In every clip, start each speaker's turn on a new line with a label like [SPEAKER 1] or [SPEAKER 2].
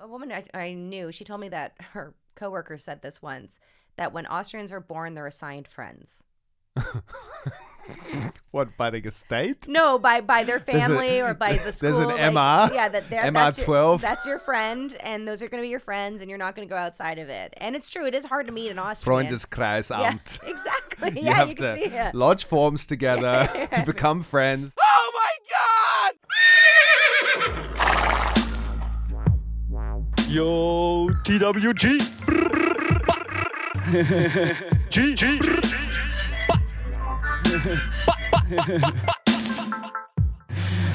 [SPEAKER 1] a woman I, I knew, she told me that her coworker said this once that when Austrians are born, they're assigned friends.
[SPEAKER 2] What by the estate?
[SPEAKER 1] No, by by their family or by the
[SPEAKER 2] there's
[SPEAKER 1] school.
[SPEAKER 2] an
[SPEAKER 1] like-
[SPEAKER 2] MR,
[SPEAKER 1] Yeah, that they're-
[SPEAKER 2] MR
[SPEAKER 1] that's your-
[SPEAKER 2] 12.
[SPEAKER 1] That's your friend, and those are going to be your friends, and you're not going to go outside of it. And it's true; it is hard to meet an Austrian. yeah,
[SPEAKER 2] Freundeskreisamt.
[SPEAKER 1] exactly.
[SPEAKER 2] You
[SPEAKER 1] yeah,
[SPEAKER 2] have
[SPEAKER 1] you can see
[SPEAKER 2] to
[SPEAKER 1] it.
[SPEAKER 2] lodge forms together to become friends.
[SPEAKER 3] Oh Yo, TWG. G, G.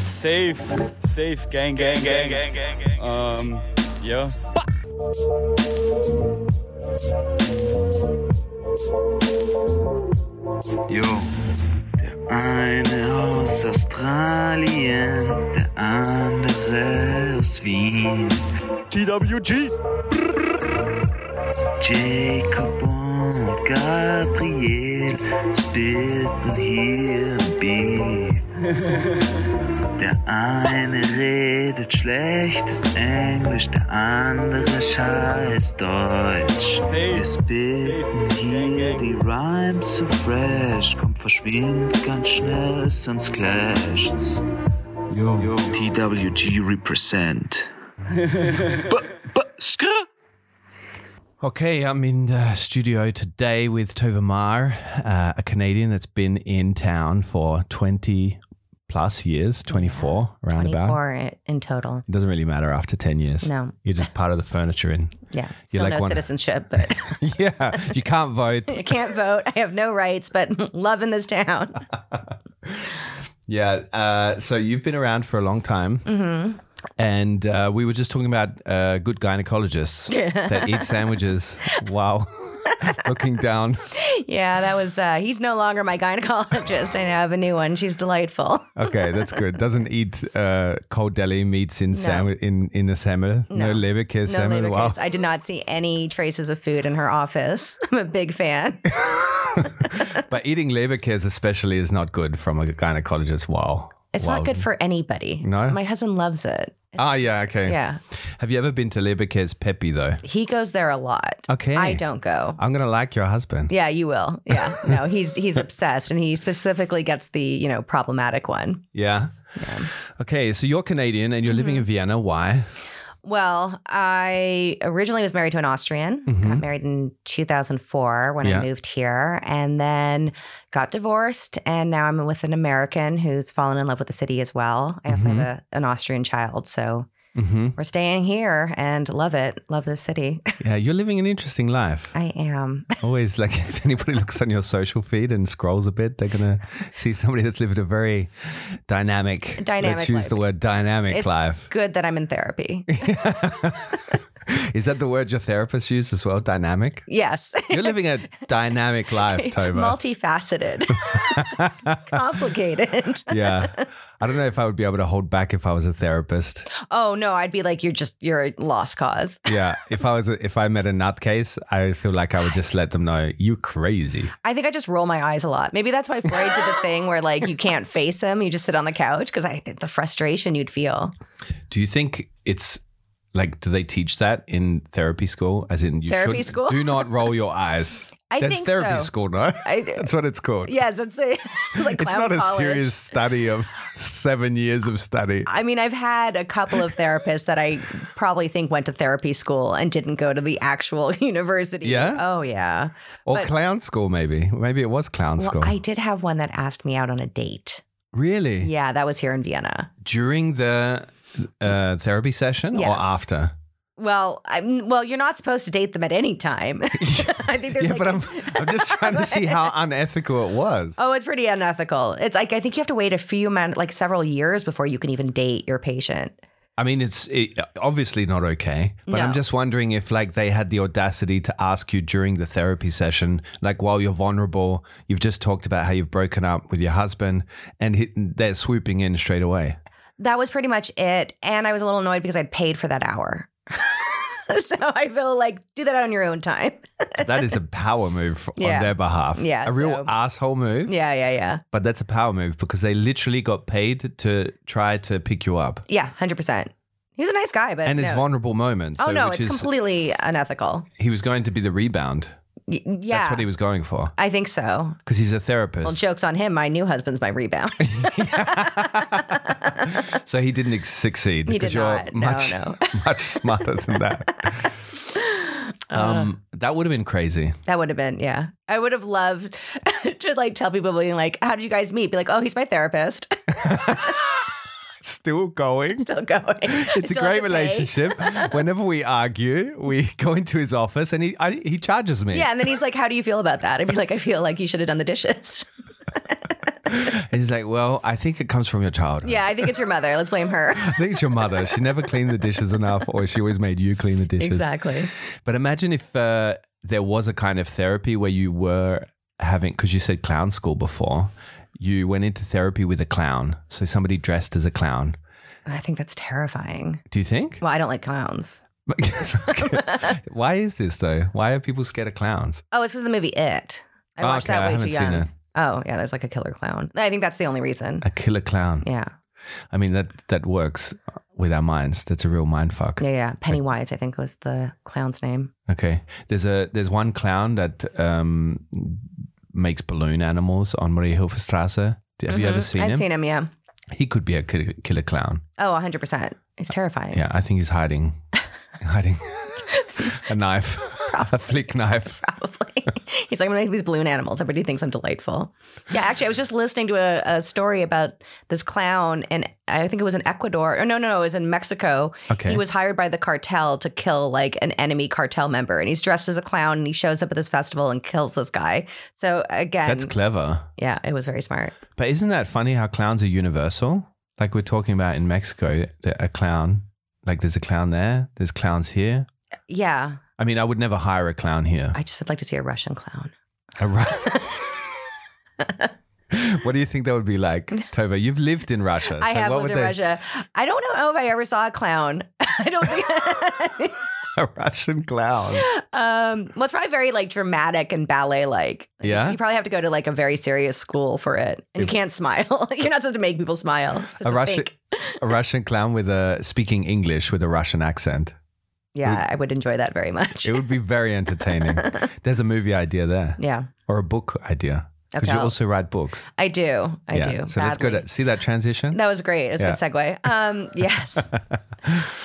[SPEAKER 3] Safe, safe, gang, gang, gang, gang, gang, gang. Um, yeah.
[SPEAKER 4] Jo. Der eine aus Australien, der andere aus Wien.
[SPEAKER 3] TWG.
[SPEAKER 4] Jacob und Gabriel spitten hier im Beat. Der eine redet schlechtes Englisch, der andere scheiß Deutsch. Wir spitten hier die Rhymes so fresh, kommt verschwindet ganz schnell, sonst clasht's. TWG represent. B -b -skr.
[SPEAKER 5] Okay, I'm in the studio today with Tova Maar, uh, a Canadian that's been in town for 20 plus years, 24 roundabout.
[SPEAKER 1] Twenty-four i- in total.
[SPEAKER 5] It doesn't really matter after 10 years.
[SPEAKER 1] No.
[SPEAKER 5] You're just part of the furniture in.
[SPEAKER 1] Yeah, still
[SPEAKER 5] like
[SPEAKER 1] no
[SPEAKER 5] one-
[SPEAKER 1] citizenship, but
[SPEAKER 5] yeah, you can't vote.
[SPEAKER 1] I can't vote. I have no rights, but love in this town.
[SPEAKER 5] Yeah. Uh, so you've been around for a long time. Mm-hmm. And uh, we were just talking about uh, good gynecologists that eat sandwiches while looking down.
[SPEAKER 1] yeah, that was. Uh, he's no longer my gynecologist. I now have a new one. She's delightful.
[SPEAKER 5] Okay, that's good. Doesn't eat uh, cold deli meats in sam- in in a semmel.
[SPEAKER 1] No.
[SPEAKER 5] No, Leberkäse
[SPEAKER 1] No
[SPEAKER 5] semmel.
[SPEAKER 1] labor
[SPEAKER 5] Wow.
[SPEAKER 1] case. I did not see any traces of food in her office. I'm a big fan.
[SPEAKER 5] But eating Leberkäse especially is not good from a gynecologist. Wow.
[SPEAKER 1] It's
[SPEAKER 5] Wow.
[SPEAKER 1] not good for anybody.
[SPEAKER 5] No?
[SPEAKER 1] My husband loves it.
[SPEAKER 5] Ah, yeah. Okay.
[SPEAKER 1] Yeah.
[SPEAKER 5] Have you ever been to Leberkäse Peppy though?
[SPEAKER 1] He goes there a lot.
[SPEAKER 5] Okay.
[SPEAKER 1] I don't go.
[SPEAKER 5] I'm gonna like your husband.
[SPEAKER 1] Yeah, you will. Yeah. No, he's he's obsessed and he specifically gets the, you know, problematic one.
[SPEAKER 5] Yeah. Okay, so you're Canadian and you're living in
[SPEAKER 1] Mm-hmm.
[SPEAKER 5] Vienna. Why?
[SPEAKER 1] Well, I originally was married to an Austrian. Got married in 2004 when
[SPEAKER 5] Yeah.
[SPEAKER 1] I moved here and then got divorced and now I'm with an American who's fallen in love with the city as well. I also have a, an Austrian child, so
[SPEAKER 5] Mm-hmm.
[SPEAKER 1] we're staying here and love it. Love this city.
[SPEAKER 5] Yeah, you're living an interesting life.
[SPEAKER 1] I am.
[SPEAKER 5] Always like if anybody looks on your social feed and scrolls a bit, they're gonna see somebody that's living a very dynamic.
[SPEAKER 1] Dynamic
[SPEAKER 5] Let's use the
[SPEAKER 1] life.
[SPEAKER 5] word dynamic
[SPEAKER 1] It's
[SPEAKER 5] life.
[SPEAKER 1] good that I'm in therapy.
[SPEAKER 5] Is that the word your therapist used as well? Dynamic.
[SPEAKER 1] Yes.
[SPEAKER 5] You're living a dynamic life, Tova.
[SPEAKER 1] Multifaceted, complicated.
[SPEAKER 5] yeah. I don't know if I would be able to hold back if I was a therapist.
[SPEAKER 1] Oh no, I'd be like, you're just you're a lost cause.
[SPEAKER 5] Yeah. If I was, a, if I met a nutcase, I feel like I would just let them know you crazy.
[SPEAKER 1] I think I just roll my eyes a lot. Maybe that's why Freud did the thing where like you can't face him, you just sit on the couch because I think the frustration you'd feel.
[SPEAKER 5] Do you think it's like do they teach that in therapy school? As in you
[SPEAKER 1] Therapy
[SPEAKER 5] should-
[SPEAKER 1] school?
[SPEAKER 5] Do not roll your eyes.
[SPEAKER 1] I
[SPEAKER 5] That's
[SPEAKER 1] think
[SPEAKER 5] therapy
[SPEAKER 1] so.
[SPEAKER 5] school, no?
[SPEAKER 1] I-
[SPEAKER 5] That's what it's called.
[SPEAKER 1] Yes, it's a it's like
[SPEAKER 5] it's
[SPEAKER 1] clown
[SPEAKER 5] not a
[SPEAKER 1] college.
[SPEAKER 5] serious study of seven years of study.
[SPEAKER 1] I mean, I've had a couple of therapists that I probably think went to therapy school and didn't go to the actual university.
[SPEAKER 5] Yeah?
[SPEAKER 1] Oh yeah.
[SPEAKER 5] Or
[SPEAKER 1] but-
[SPEAKER 5] clown school, maybe. Maybe it was clown
[SPEAKER 1] Well,
[SPEAKER 5] school.
[SPEAKER 1] I did have one that asked me out on a date.
[SPEAKER 5] really?
[SPEAKER 1] Yeah, that was here in Vienna.
[SPEAKER 5] During the uh, therapy session or
[SPEAKER 1] Yes.
[SPEAKER 5] after?
[SPEAKER 1] Well, I'm, well, you're not supposed to date them at any time. I think there's
[SPEAKER 5] yeah,
[SPEAKER 1] like,
[SPEAKER 5] but I'm, I'm just trying to see how unethical it was.
[SPEAKER 1] oh, it's pretty unethical. It's like I think you have to wait a few man, like several years before you can even date your patient.
[SPEAKER 5] I mean, it's it, obviously not okay, but I'm
[SPEAKER 1] No.
[SPEAKER 5] just wondering if, like, they had the audacity to ask you during the therapy session, like, while you're vulnerable, you've just talked about how you've broken up with your husband, and he, they're swooping in straight away.
[SPEAKER 1] That was pretty much it, and I was a little annoyed because I'd paid for that hour. so I feel like do that on your own time.
[SPEAKER 5] That is a power move on
[SPEAKER 1] Yeah.
[SPEAKER 5] their behalf.
[SPEAKER 1] Yeah,
[SPEAKER 5] a real
[SPEAKER 1] so-
[SPEAKER 5] asshole move.
[SPEAKER 1] Yeah, yeah, yeah,
[SPEAKER 5] but that's a power move because they literally got paid to try to pick you up.
[SPEAKER 1] yeah, hundred percent. He was a nice guy, but
[SPEAKER 5] and his
[SPEAKER 1] no.
[SPEAKER 5] vulnerable moments.
[SPEAKER 1] oh
[SPEAKER 5] so
[SPEAKER 1] no,
[SPEAKER 5] which
[SPEAKER 1] it's
[SPEAKER 5] is,
[SPEAKER 1] completely unethical.
[SPEAKER 5] He was going to be the rebound.
[SPEAKER 1] Y- yeah,
[SPEAKER 5] That's what he was going for
[SPEAKER 1] I think so.
[SPEAKER 5] because he's a therapist.
[SPEAKER 1] Well, jokes on him. My new husband's my rebound.
[SPEAKER 5] so he didn't ex- succeed.
[SPEAKER 1] He did
[SPEAKER 5] 'cause you're
[SPEAKER 1] not. No,
[SPEAKER 5] Much,
[SPEAKER 1] no.
[SPEAKER 5] much smarter than that.
[SPEAKER 1] Uh-huh.
[SPEAKER 5] Um, that would have been crazy.
[SPEAKER 1] that would have been yeah. I would have loved to like tell people being like, "How did you guys meet?" Be like, "Oh, he's my therapist."
[SPEAKER 5] Still going.
[SPEAKER 1] Still going.
[SPEAKER 5] It's a
[SPEAKER 1] Still have to pay.
[SPEAKER 5] great relationship. Whenever we argue, we go into his office and he I, he charges me.
[SPEAKER 1] Yeah, and then he's like, "How do you feel about that?" I'd be like, "I feel like you should have done the dishes."
[SPEAKER 5] And he's like, "Well, I think it comes from your childhood.
[SPEAKER 1] yeah, I think it's your mother. Let's blame her.
[SPEAKER 5] I think it's your mother. She never cleaned the dishes enough, or she always made you clean the dishes.
[SPEAKER 1] exactly.
[SPEAKER 5] But imagine if uh, there was a kind of therapy where you were having, because you said clown school before, you went into therapy with a clown. So somebody dressed as a clown.
[SPEAKER 1] I think that's terrifying.
[SPEAKER 5] Do you think?
[SPEAKER 1] Well, I don't like clowns.
[SPEAKER 5] Why is this though? Why are people scared of clowns?
[SPEAKER 1] Oh, it's because the movie It. I
[SPEAKER 5] Oh,
[SPEAKER 1] watched
[SPEAKER 5] okay,
[SPEAKER 1] that
[SPEAKER 5] I
[SPEAKER 1] way too
[SPEAKER 5] haven't seen
[SPEAKER 1] young.
[SPEAKER 5] it.
[SPEAKER 1] Oh, yeah, there's like a killer clown. I think that's the only reason.
[SPEAKER 5] A killer clown.
[SPEAKER 1] Yeah.
[SPEAKER 5] I mean that that works with our minds. That's a real mind fuck.
[SPEAKER 1] Yeah, yeah. Pennywise, I think was the clown's name.
[SPEAKER 5] Okay. There's a there's one clown that um, makes balloon animals on Maria Hilferstrasse. Have you ever
[SPEAKER 1] Mhm.
[SPEAKER 5] seen
[SPEAKER 1] I've
[SPEAKER 5] him?
[SPEAKER 1] seen him, yeah.
[SPEAKER 5] He could be a killer, killer clown.
[SPEAKER 1] Oh, 100%. He's
[SPEAKER 5] Uh,
[SPEAKER 1] terrifying.
[SPEAKER 5] Yeah, I think he's hiding, hiding a knife, a flick knife.
[SPEAKER 1] Probably. He's like, I'm going to make these balloon animals. Everybody thinks I'm delightful. Yeah, actually, I was just listening to a, a story about this clown, and I think it was in Ecuador. Or no, no, no, it was in Mexico.
[SPEAKER 5] Okay.
[SPEAKER 1] He was hired by the cartel to kill like an enemy cartel member, and he's dressed as a clown, and he shows up at this festival and kills this guy. So again,
[SPEAKER 5] That's clever.
[SPEAKER 1] yeah, it was very smart.
[SPEAKER 5] But isn't that funny how clowns are universal? Like we're talking about in Mexico, that a clown, like there's a clown there, there's clowns here.
[SPEAKER 1] Yeah,
[SPEAKER 5] I mean, I would never hire a clown here.
[SPEAKER 1] I just would like to see a Russian clown.
[SPEAKER 5] A Ru- what do you think that would be like, Tova? You've lived in Russia.
[SPEAKER 1] I
[SPEAKER 5] so
[SPEAKER 1] have
[SPEAKER 5] what
[SPEAKER 1] lived in
[SPEAKER 5] would they-
[SPEAKER 1] Russia. I don't know if I ever saw a clown. I don't think.
[SPEAKER 5] A Russian clown.
[SPEAKER 1] um, well, it's probably very like dramatic and ballet like.
[SPEAKER 5] Yeah?
[SPEAKER 1] you probably have to go to like a very serious school for it, and you
[SPEAKER 5] It-
[SPEAKER 1] can't smile. You're not supposed to make people smile. It's just
[SPEAKER 5] A
[SPEAKER 1] to
[SPEAKER 5] Russian,
[SPEAKER 1] think.
[SPEAKER 5] a Russian clown with a speaking English with a Russian accent.
[SPEAKER 1] Yeah, I would enjoy that very much.
[SPEAKER 5] It would be very entertaining. There's a movie idea there,
[SPEAKER 1] yeah.
[SPEAKER 5] or a book idea, because
[SPEAKER 1] Okay.
[SPEAKER 5] you
[SPEAKER 1] I'll-
[SPEAKER 5] also write books.
[SPEAKER 1] I do. I do.
[SPEAKER 5] So that's
[SPEAKER 1] badly.
[SPEAKER 5] good. See that transition?
[SPEAKER 1] That was great. It was a good segue. Um, yes.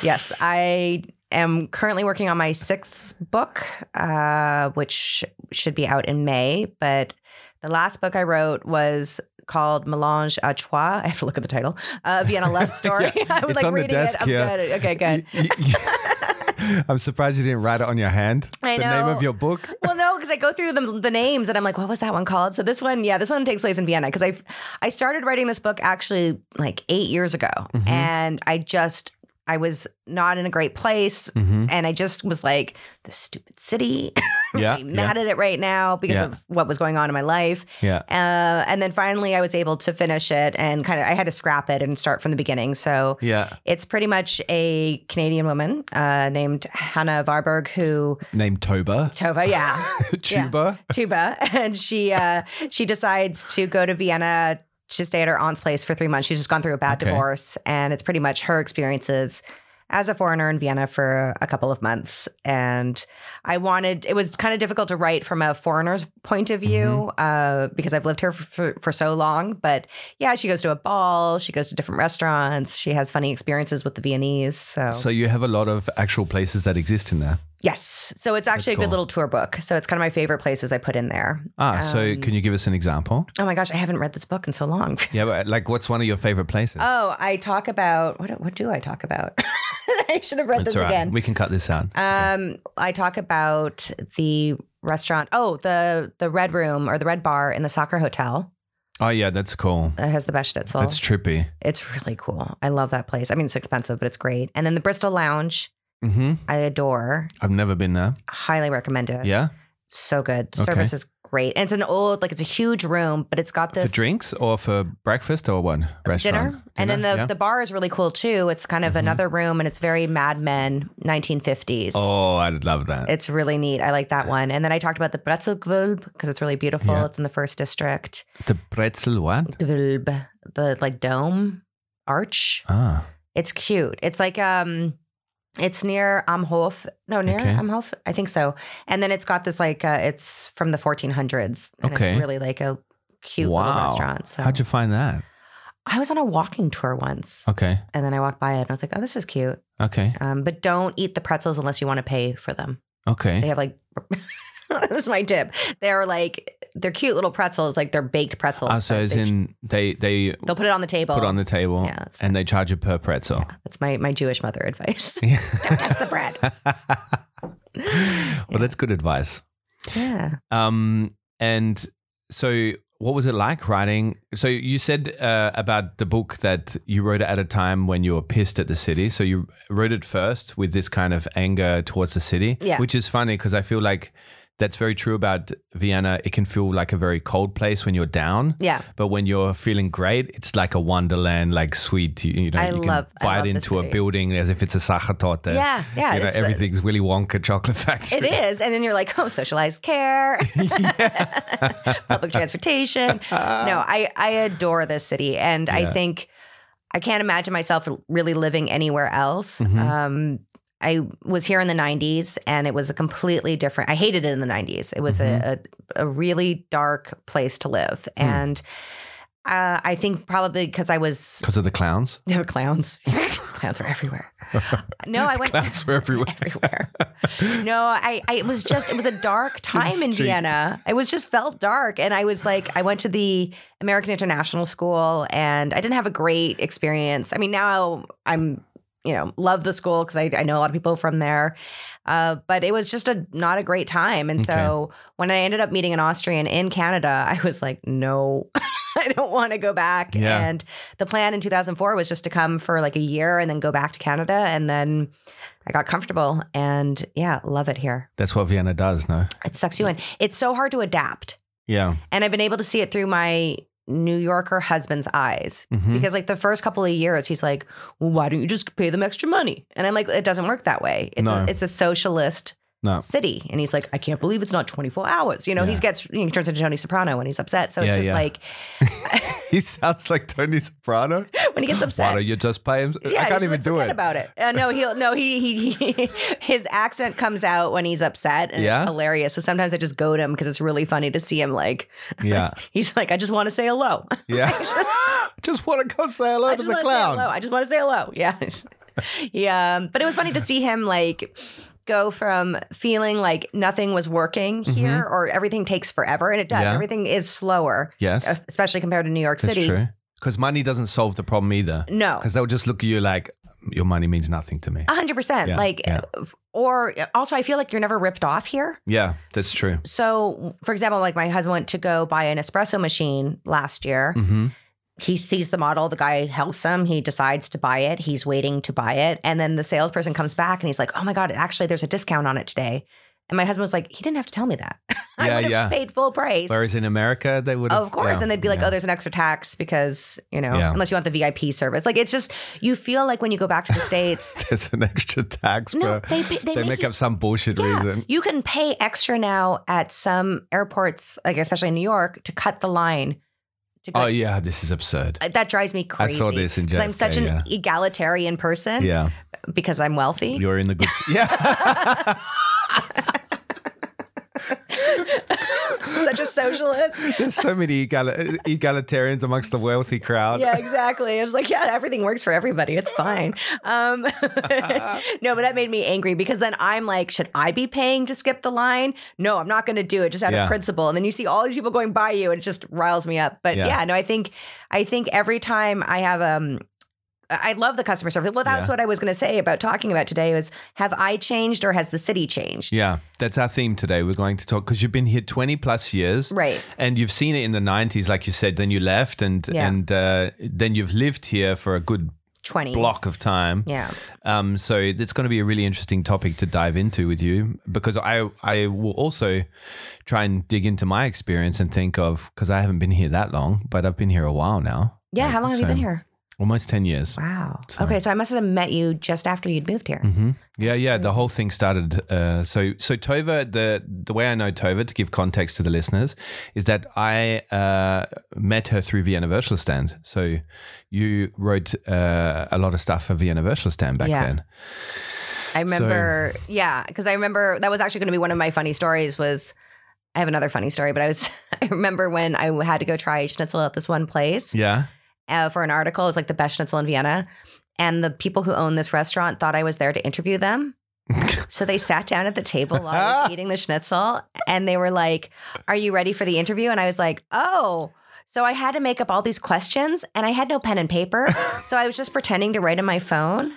[SPEAKER 1] yes. I am currently working on my sixth book, uh, which should be out in May. But the last book I wrote was called Melange à Trois. I have to look at the title. Uh, Vienna Love Story.
[SPEAKER 5] Yeah,
[SPEAKER 1] I was
[SPEAKER 5] it's
[SPEAKER 1] like
[SPEAKER 5] on the
[SPEAKER 1] reading
[SPEAKER 5] desk
[SPEAKER 1] it. I'm
[SPEAKER 5] here.
[SPEAKER 1] good. Okay, good.
[SPEAKER 5] You- you- I'm surprised you didn't write it on your hand.
[SPEAKER 1] I
[SPEAKER 5] The name
[SPEAKER 1] know.
[SPEAKER 5] of your book.
[SPEAKER 1] Well, no, because I go through the, the names and I'm like, what was that one called? So this one, yeah, this one takes place in Vienna because I I started writing this book actually like eight years ago,
[SPEAKER 5] Mm-hmm.
[SPEAKER 1] and I just I was not in a great place, and I just was like, this stupid city.
[SPEAKER 5] Mm-hmm. Yeah,
[SPEAKER 1] I'm mad at it right now because
[SPEAKER 5] Yeah.
[SPEAKER 1] of what was going on in my life.
[SPEAKER 5] Yeah.
[SPEAKER 1] Uh, and then finally, I was able to finish it and kind of I had to scrap it and start from the beginning. So
[SPEAKER 5] Yeah.
[SPEAKER 1] it's pretty much a Canadian woman uh, named Hannah Varberg who
[SPEAKER 5] Named Toba.
[SPEAKER 1] Tova, yeah.
[SPEAKER 5] Tuba.
[SPEAKER 1] tuba and she uh she decides to go to vienna to stay at her aunt's place for three months she's just gone through a bad
[SPEAKER 5] Okay.
[SPEAKER 1] divorce and it's pretty much her experiences as a foreigner in vienna for a couple of months and i wanted it was kind of difficult to write from a foreigner's point of view
[SPEAKER 5] Mm-hmm.
[SPEAKER 1] uh, because i've lived here for, for, for so long but yeah she goes to a ball she goes to different restaurants she has funny experiences with the viennese
[SPEAKER 5] So you have a lot of actual places that exist in there.
[SPEAKER 1] Yes. So it's actually a
[SPEAKER 5] cool.
[SPEAKER 1] good little tour book. So it's kind of my favorite places I put in there.
[SPEAKER 5] Ah, so
[SPEAKER 1] Um,
[SPEAKER 5] can you give us an example?
[SPEAKER 1] Oh my gosh, I haven't read this book in so long.
[SPEAKER 5] Yeah, but like what's one of your favorite places?
[SPEAKER 1] oh, I talk about what what do I talk about? I should have read this
[SPEAKER 5] That's all right.
[SPEAKER 1] again.
[SPEAKER 5] We can cut this out. It's okay.
[SPEAKER 1] Um I talk about the restaurant. Oh, the the red room or the red bar in the soccer hotel
[SPEAKER 5] oh yeah, that's cool.
[SPEAKER 1] that has the best schnitzel.
[SPEAKER 5] That's trippy.
[SPEAKER 1] it's really cool. I love that place. I mean, it's expensive, but it's great. And then the Bristol Lounge,
[SPEAKER 5] Mm-hmm.
[SPEAKER 1] I adore.
[SPEAKER 5] I've never been there.
[SPEAKER 1] Highly recommend it.
[SPEAKER 5] Yeah,
[SPEAKER 1] So good. The
[SPEAKER 5] Okay.
[SPEAKER 1] service is great. And it's an old like it's a huge room, but it's got this
[SPEAKER 5] for drinks or for breakfast or what restaurant?
[SPEAKER 1] dinner. And then the,
[SPEAKER 5] yeah.
[SPEAKER 1] the bar is really cool too. It's kind of
[SPEAKER 5] Mhm.
[SPEAKER 1] another room and it's very Mad Men 1950s.
[SPEAKER 5] oh, I'd love that.
[SPEAKER 1] It's really neat. I like that one. And then I talked about the Brezelgwölb because it's really beautiful.
[SPEAKER 5] Yeah.
[SPEAKER 1] It's in the first district.
[SPEAKER 5] the pretzel what?
[SPEAKER 1] Gwölb, the like dome arch.
[SPEAKER 5] Ah,
[SPEAKER 1] It's cute. It's like um it's near Amhof. No, near
[SPEAKER 5] Okay.
[SPEAKER 1] Amhof. I think so. And then it's got this like uh, it's from the 1400s and
[SPEAKER 5] Okay.
[SPEAKER 1] it's really like a cute little
[SPEAKER 5] Wow.
[SPEAKER 1] restaurant. So
[SPEAKER 5] How'd you Oh. find that?
[SPEAKER 1] I was on a walking tour once
[SPEAKER 5] Okay.
[SPEAKER 1] and then I walked by it and I was like, "Oh, this is cute."
[SPEAKER 5] Okay.
[SPEAKER 1] Um but don't eat the pretzels unless you want to pay for them. They
[SPEAKER 5] Okay.
[SPEAKER 1] have like This is my tip. They're like they're cute little pretzels, like they're baked pretzels.
[SPEAKER 5] Ah, so
[SPEAKER 1] but
[SPEAKER 5] as
[SPEAKER 1] they-
[SPEAKER 5] in they they
[SPEAKER 1] they'll put it on the table.
[SPEAKER 5] put on the table Eh.
[SPEAKER 1] Yeah, that's
[SPEAKER 5] and they charge you per pretzel.
[SPEAKER 1] That's my my Jewish mother advice.
[SPEAKER 5] Don't
[SPEAKER 1] touch the bread.
[SPEAKER 5] well, that's good advice.
[SPEAKER 1] yeah.
[SPEAKER 5] Um, and so what was it like writing? So you said uh, about the book that you wrote it at a time when you were pissed at the city. So you wrote it first with this kind of anger towards the city,
[SPEAKER 1] Yeah.
[SPEAKER 5] which is funny because I feel like that's very true about Vienna. It can feel like a very cold place when you're down.
[SPEAKER 1] Yeah.
[SPEAKER 5] But when you're feeling great, it's like a wonderland, like sweet. You, you know,
[SPEAKER 1] I
[SPEAKER 5] you
[SPEAKER 1] love- I
[SPEAKER 5] can bite
[SPEAKER 1] love the
[SPEAKER 5] into a
[SPEAKER 1] city.
[SPEAKER 5] building as if it's a sachertorte.
[SPEAKER 1] Yeah, yeah,
[SPEAKER 5] You know,
[SPEAKER 1] it's-
[SPEAKER 5] everything's Willy Wonka chocolate factory.
[SPEAKER 1] It is. And then you're like, oh, socialized care, public transportation. No, I, I adore this city. And I
[SPEAKER 5] Yeah.
[SPEAKER 1] think I can't imagine myself really living anywhere else.
[SPEAKER 5] Mhm.
[SPEAKER 1] Um, I was here in the 90s and it was a completely different. I hated it in the 90s. It was
[SPEAKER 5] Mm-hmm.
[SPEAKER 1] a, a, a really dark place to live.
[SPEAKER 5] Hmm.
[SPEAKER 1] And uh, I think probably because I was
[SPEAKER 5] Because of the clowns?
[SPEAKER 1] the clowns. clowns were everywhere. No, I went
[SPEAKER 5] Clowns were everywhere.
[SPEAKER 1] everywhere. no, I, I it was just it was a dark time in
[SPEAKER 5] street.
[SPEAKER 1] Vienna. It was just felt dark, and I was like, I went to the American International School, and I didn't have a great experience. I mean, now I'm you know love the school because I, I know a lot of people from there, uh, but it was just a not a great time. And so when I ended up meeting an Austrian in Canada, I was like, no. I don't want to go back.
[SPEAKER 5] Yeah.
[SPEAKER 1] And the plan in 2004 was just to come for like a year and then go back to Canada. And then I got comfortable and yeah, love it here.
[SPEAKER 5] That's what Vienna does, no?
[SPEAKER 1] It sucks you in. It's so hard to adapt.
[SPEAKER 5] Yeah.
[SPEAKER 1] And I've been able to see it through my New Yorker husband's eyes
[SPEAKER 5] Mhm.
[SPEAKER 1] because, like, the first couple of years, he's like, well, why don't you just pay them extra money? And I'm like, it doesn't work that way. It's,
[SPEAKER 5] No.
[SPEAKER 1] a, it's a socialist
[SPEAKER 5] No.
[SPEAKER 1] city. And he's like, I can't believe it's not 24 hours. You know, he
[SPEAKER 5] Yeah.
[SPEAKER 1] gets, he turns into Tony Soprano when he's upset. So it's
[SPEAKER 5] Yeah,
[SPEAKER 1] just
[SPEAKER 5] yeah.
[SPEAKER 1] like,
[SPEAKER 2] He sounds like Tony Soprano.
[SPEAKER 1] when he gets upset,
[SPEAKER 5] Why don't you just pay him? I can't
[SPEAKER 1] just,
[SPEAKER 5] even
[SPEAKER 1] like,
[SPEAKER 5] do
[SPEAKER 1] forget
[SPEAKER 5] it.
[SPEAKER 1] About it. Uh, no, he'll no he, he he his accent comes out when he's upset and
[SPEAKER 5] Yeah?
[SPEAKER 1] it's hilarious. So sometimes I just go to him because it's really funny to see him like
[SPEAKER 5] Yeah.
[SPEAKER 1] he's like I just want to say hello.
[SPEAKER 5] Yeah.
[SPEAKER 1] Just-
[SPEAKER 5] just want to go say hello
[SPEAKER 1] I
[SPEAKER 5] to
[SPEAKER 1] just
[SPEAKER 5] the
[SPEAKER 1] want to say hello.
[SPEAKER 5] clown.
[SPEAKER 1] I just want to say hello. Yes. yeah, um, but it was funny to see him like go from feeling like nothing was working here or everything takes forever and it does.
[SPEAKER 5] Mm-hmm. Yeah.
[SPEAKER 1] Everything is slower,
[SPEAKER 5] Yes.
[SPEAKER 1] especially compared to New York
[SPEAKER 5] That's
[SPEAKER 1] Uh, City.
[SPEAKER 5] true. Because money doesn't solve the problem either.
[SPEAKER 1] No. Uh,
[SPEAKER 5] Because they'll just look at you like, your money means nothing to me.
[SPEAKER 1] A hundred percent.
[SPEAKER 5] Yeah,
[SPEAKER 1] Like, uh,
[SPEAKER 5] yeah.
[SPEAKER 1] or also, I feel like you're never ripped off here.
[SPEAKER 5] Yeah, that's true.
[SPEAKER 1] So, for example, like my husband went to go buy an espresso machine last year.
[SPEAKER 5] Mm-hmm.
[SPEAKER 1] He sees the model, the guy helps him, he decides to buy it, he's waiting to buy it. And then the salesperson comes back and he's like, Oh my God, actually, there's a discount on it today. And my husband was like, He didn't have to tell me that. I
[SPEAKER 5] Yeah,
[SPEAKER 1] would have
[SPEAKER 5] yeah.
[SPEAKER 1] paid full price.
[SPEAKER 5] Whereas in America, they would have.
[SPEAKER 1] of course.
[SPEAKER 5] yeah,
[SPEAKER 1] and they'd be like,
[SPEAKER 5] yeah.
[SPEAKER 1] oh, there's an extra tax because, you know,
[SPEAKER 5] Yeah.
[SPEAKER 1] unless you want the VIP service. Like, it's just, you feel like when you go back to the States,
[SPEAKER 5] there's an extra tax.
[SPEAKER 1] No,
[SPEAKER 5] for,
[SPEAKER 1] they- they make
[SPEAKER 5] make
[SPEAKER 1] you-
[SPEAKER 5] up some bullshit reason.
[SPEAKER 1] You can pay extra now at some airports, like especially in New York, to cut the line. To go.
[SPEAKER 5] Oh, yeah, this is absurd.
[SPEAKER 1] That drives me
[SPEAKER 5] I
[SPEAKER 1] crazy.
[SPEAKER 5] saw this in
[SPEAKER 1] because I'm
[SPEAKER 5] JFK,
[SPEAKER 1] such an
[SPEAKER 5] yeah.
[SPEAKER 1] egalitarian person.
[SPEAKER 5] Yeah,
[SPEAKER 1] Because I'm wealthy.
[SPEAKER 5] you're in the good. yeah.
[SPEAKER 1] such a socialist.
[SPEAKER 5] There's so many egali- egalitarians amongst the wealthy crowd.
[SPEAKER 1] yeah, exactly. I was like, yeah, everything works for everybody. It's fine. Um, no, but that made me angry because then I'm like, should I be paying to skip the line? No, I'm not going to do it just out
[SPEAKER 5] Yeah.
[SPEAKER 1] of principle. And then you see all these people going by you, and it just riles me up. But
[SPEAKER 5] Yeah.
[SPEAKER 1] yeah, no, I think I think every time I have um. I love the customer service. Well, that's
[SPEAKER 5] Yeah.
[SPEAKER 1] what I was going to say about talking about today was have I changed or has the city changed?
[SPEAKER 5] Yeah, that's our theme today. We're going to talk because you've been here 20 plus years.
[SPEAKER 1] Right.
[SPEAKER 5] And you've seen it in the 90s, like you said, then you left and
[SPEAKER 1] Yeah.
[SPEAKER 5] and uh, then you've lived here for a good
[SPEAKER 1] 20.
[SPEAKER 5] block of time.
[SPEAKER 1] Yeah.
[SPEAKER 5] Um, so it's going to be a really interesting topic to dive into with you because I, I will also try and dig into my experience and think of because I haven't been here that long, but I've been here a while now.
[SPEAKER 1] Yeah. How long have you
[SPEAKER 5] So-
[SPEAKER 1] been here?
[SPEAKER 5] almost 10 years.
[SPEAKER 1] Wow. Okay, so I must have met you just after you'd moved here.
[SPEAKER 5] Mm-hmm. Yeah, yeah. The whole thing started. Uh, so, so Tova. The the way I know Tova, to give context to the listeners, is that I uh, met her through Vienna Virtual Stand. So, you wrote uh, a lot of stuff for Vienna Virtual Stand back
[SPEAKER 1] Yeah.
[SPEAKER 5] then.
[SPEAKER 1] I remember, yeah, because I remember that was actually going to be one of my funny stories. Was I have another funny story, but I was I remember when I had to go try schnitzel at this one place
[SPEAKER 5] Yeah.
[SPEAKER 1] uh, for an article. It was like the best schnitzel in Vienna, and the people who own this restaurant thought I was there to interview them. so they sat down at the table while I was eating the schnitzel, and they were like, "Are you ready for the interview?" And I was like, "Oh." So I had to make up all these questions, and I had no pen and paper, so I was just pretending to write in my phone.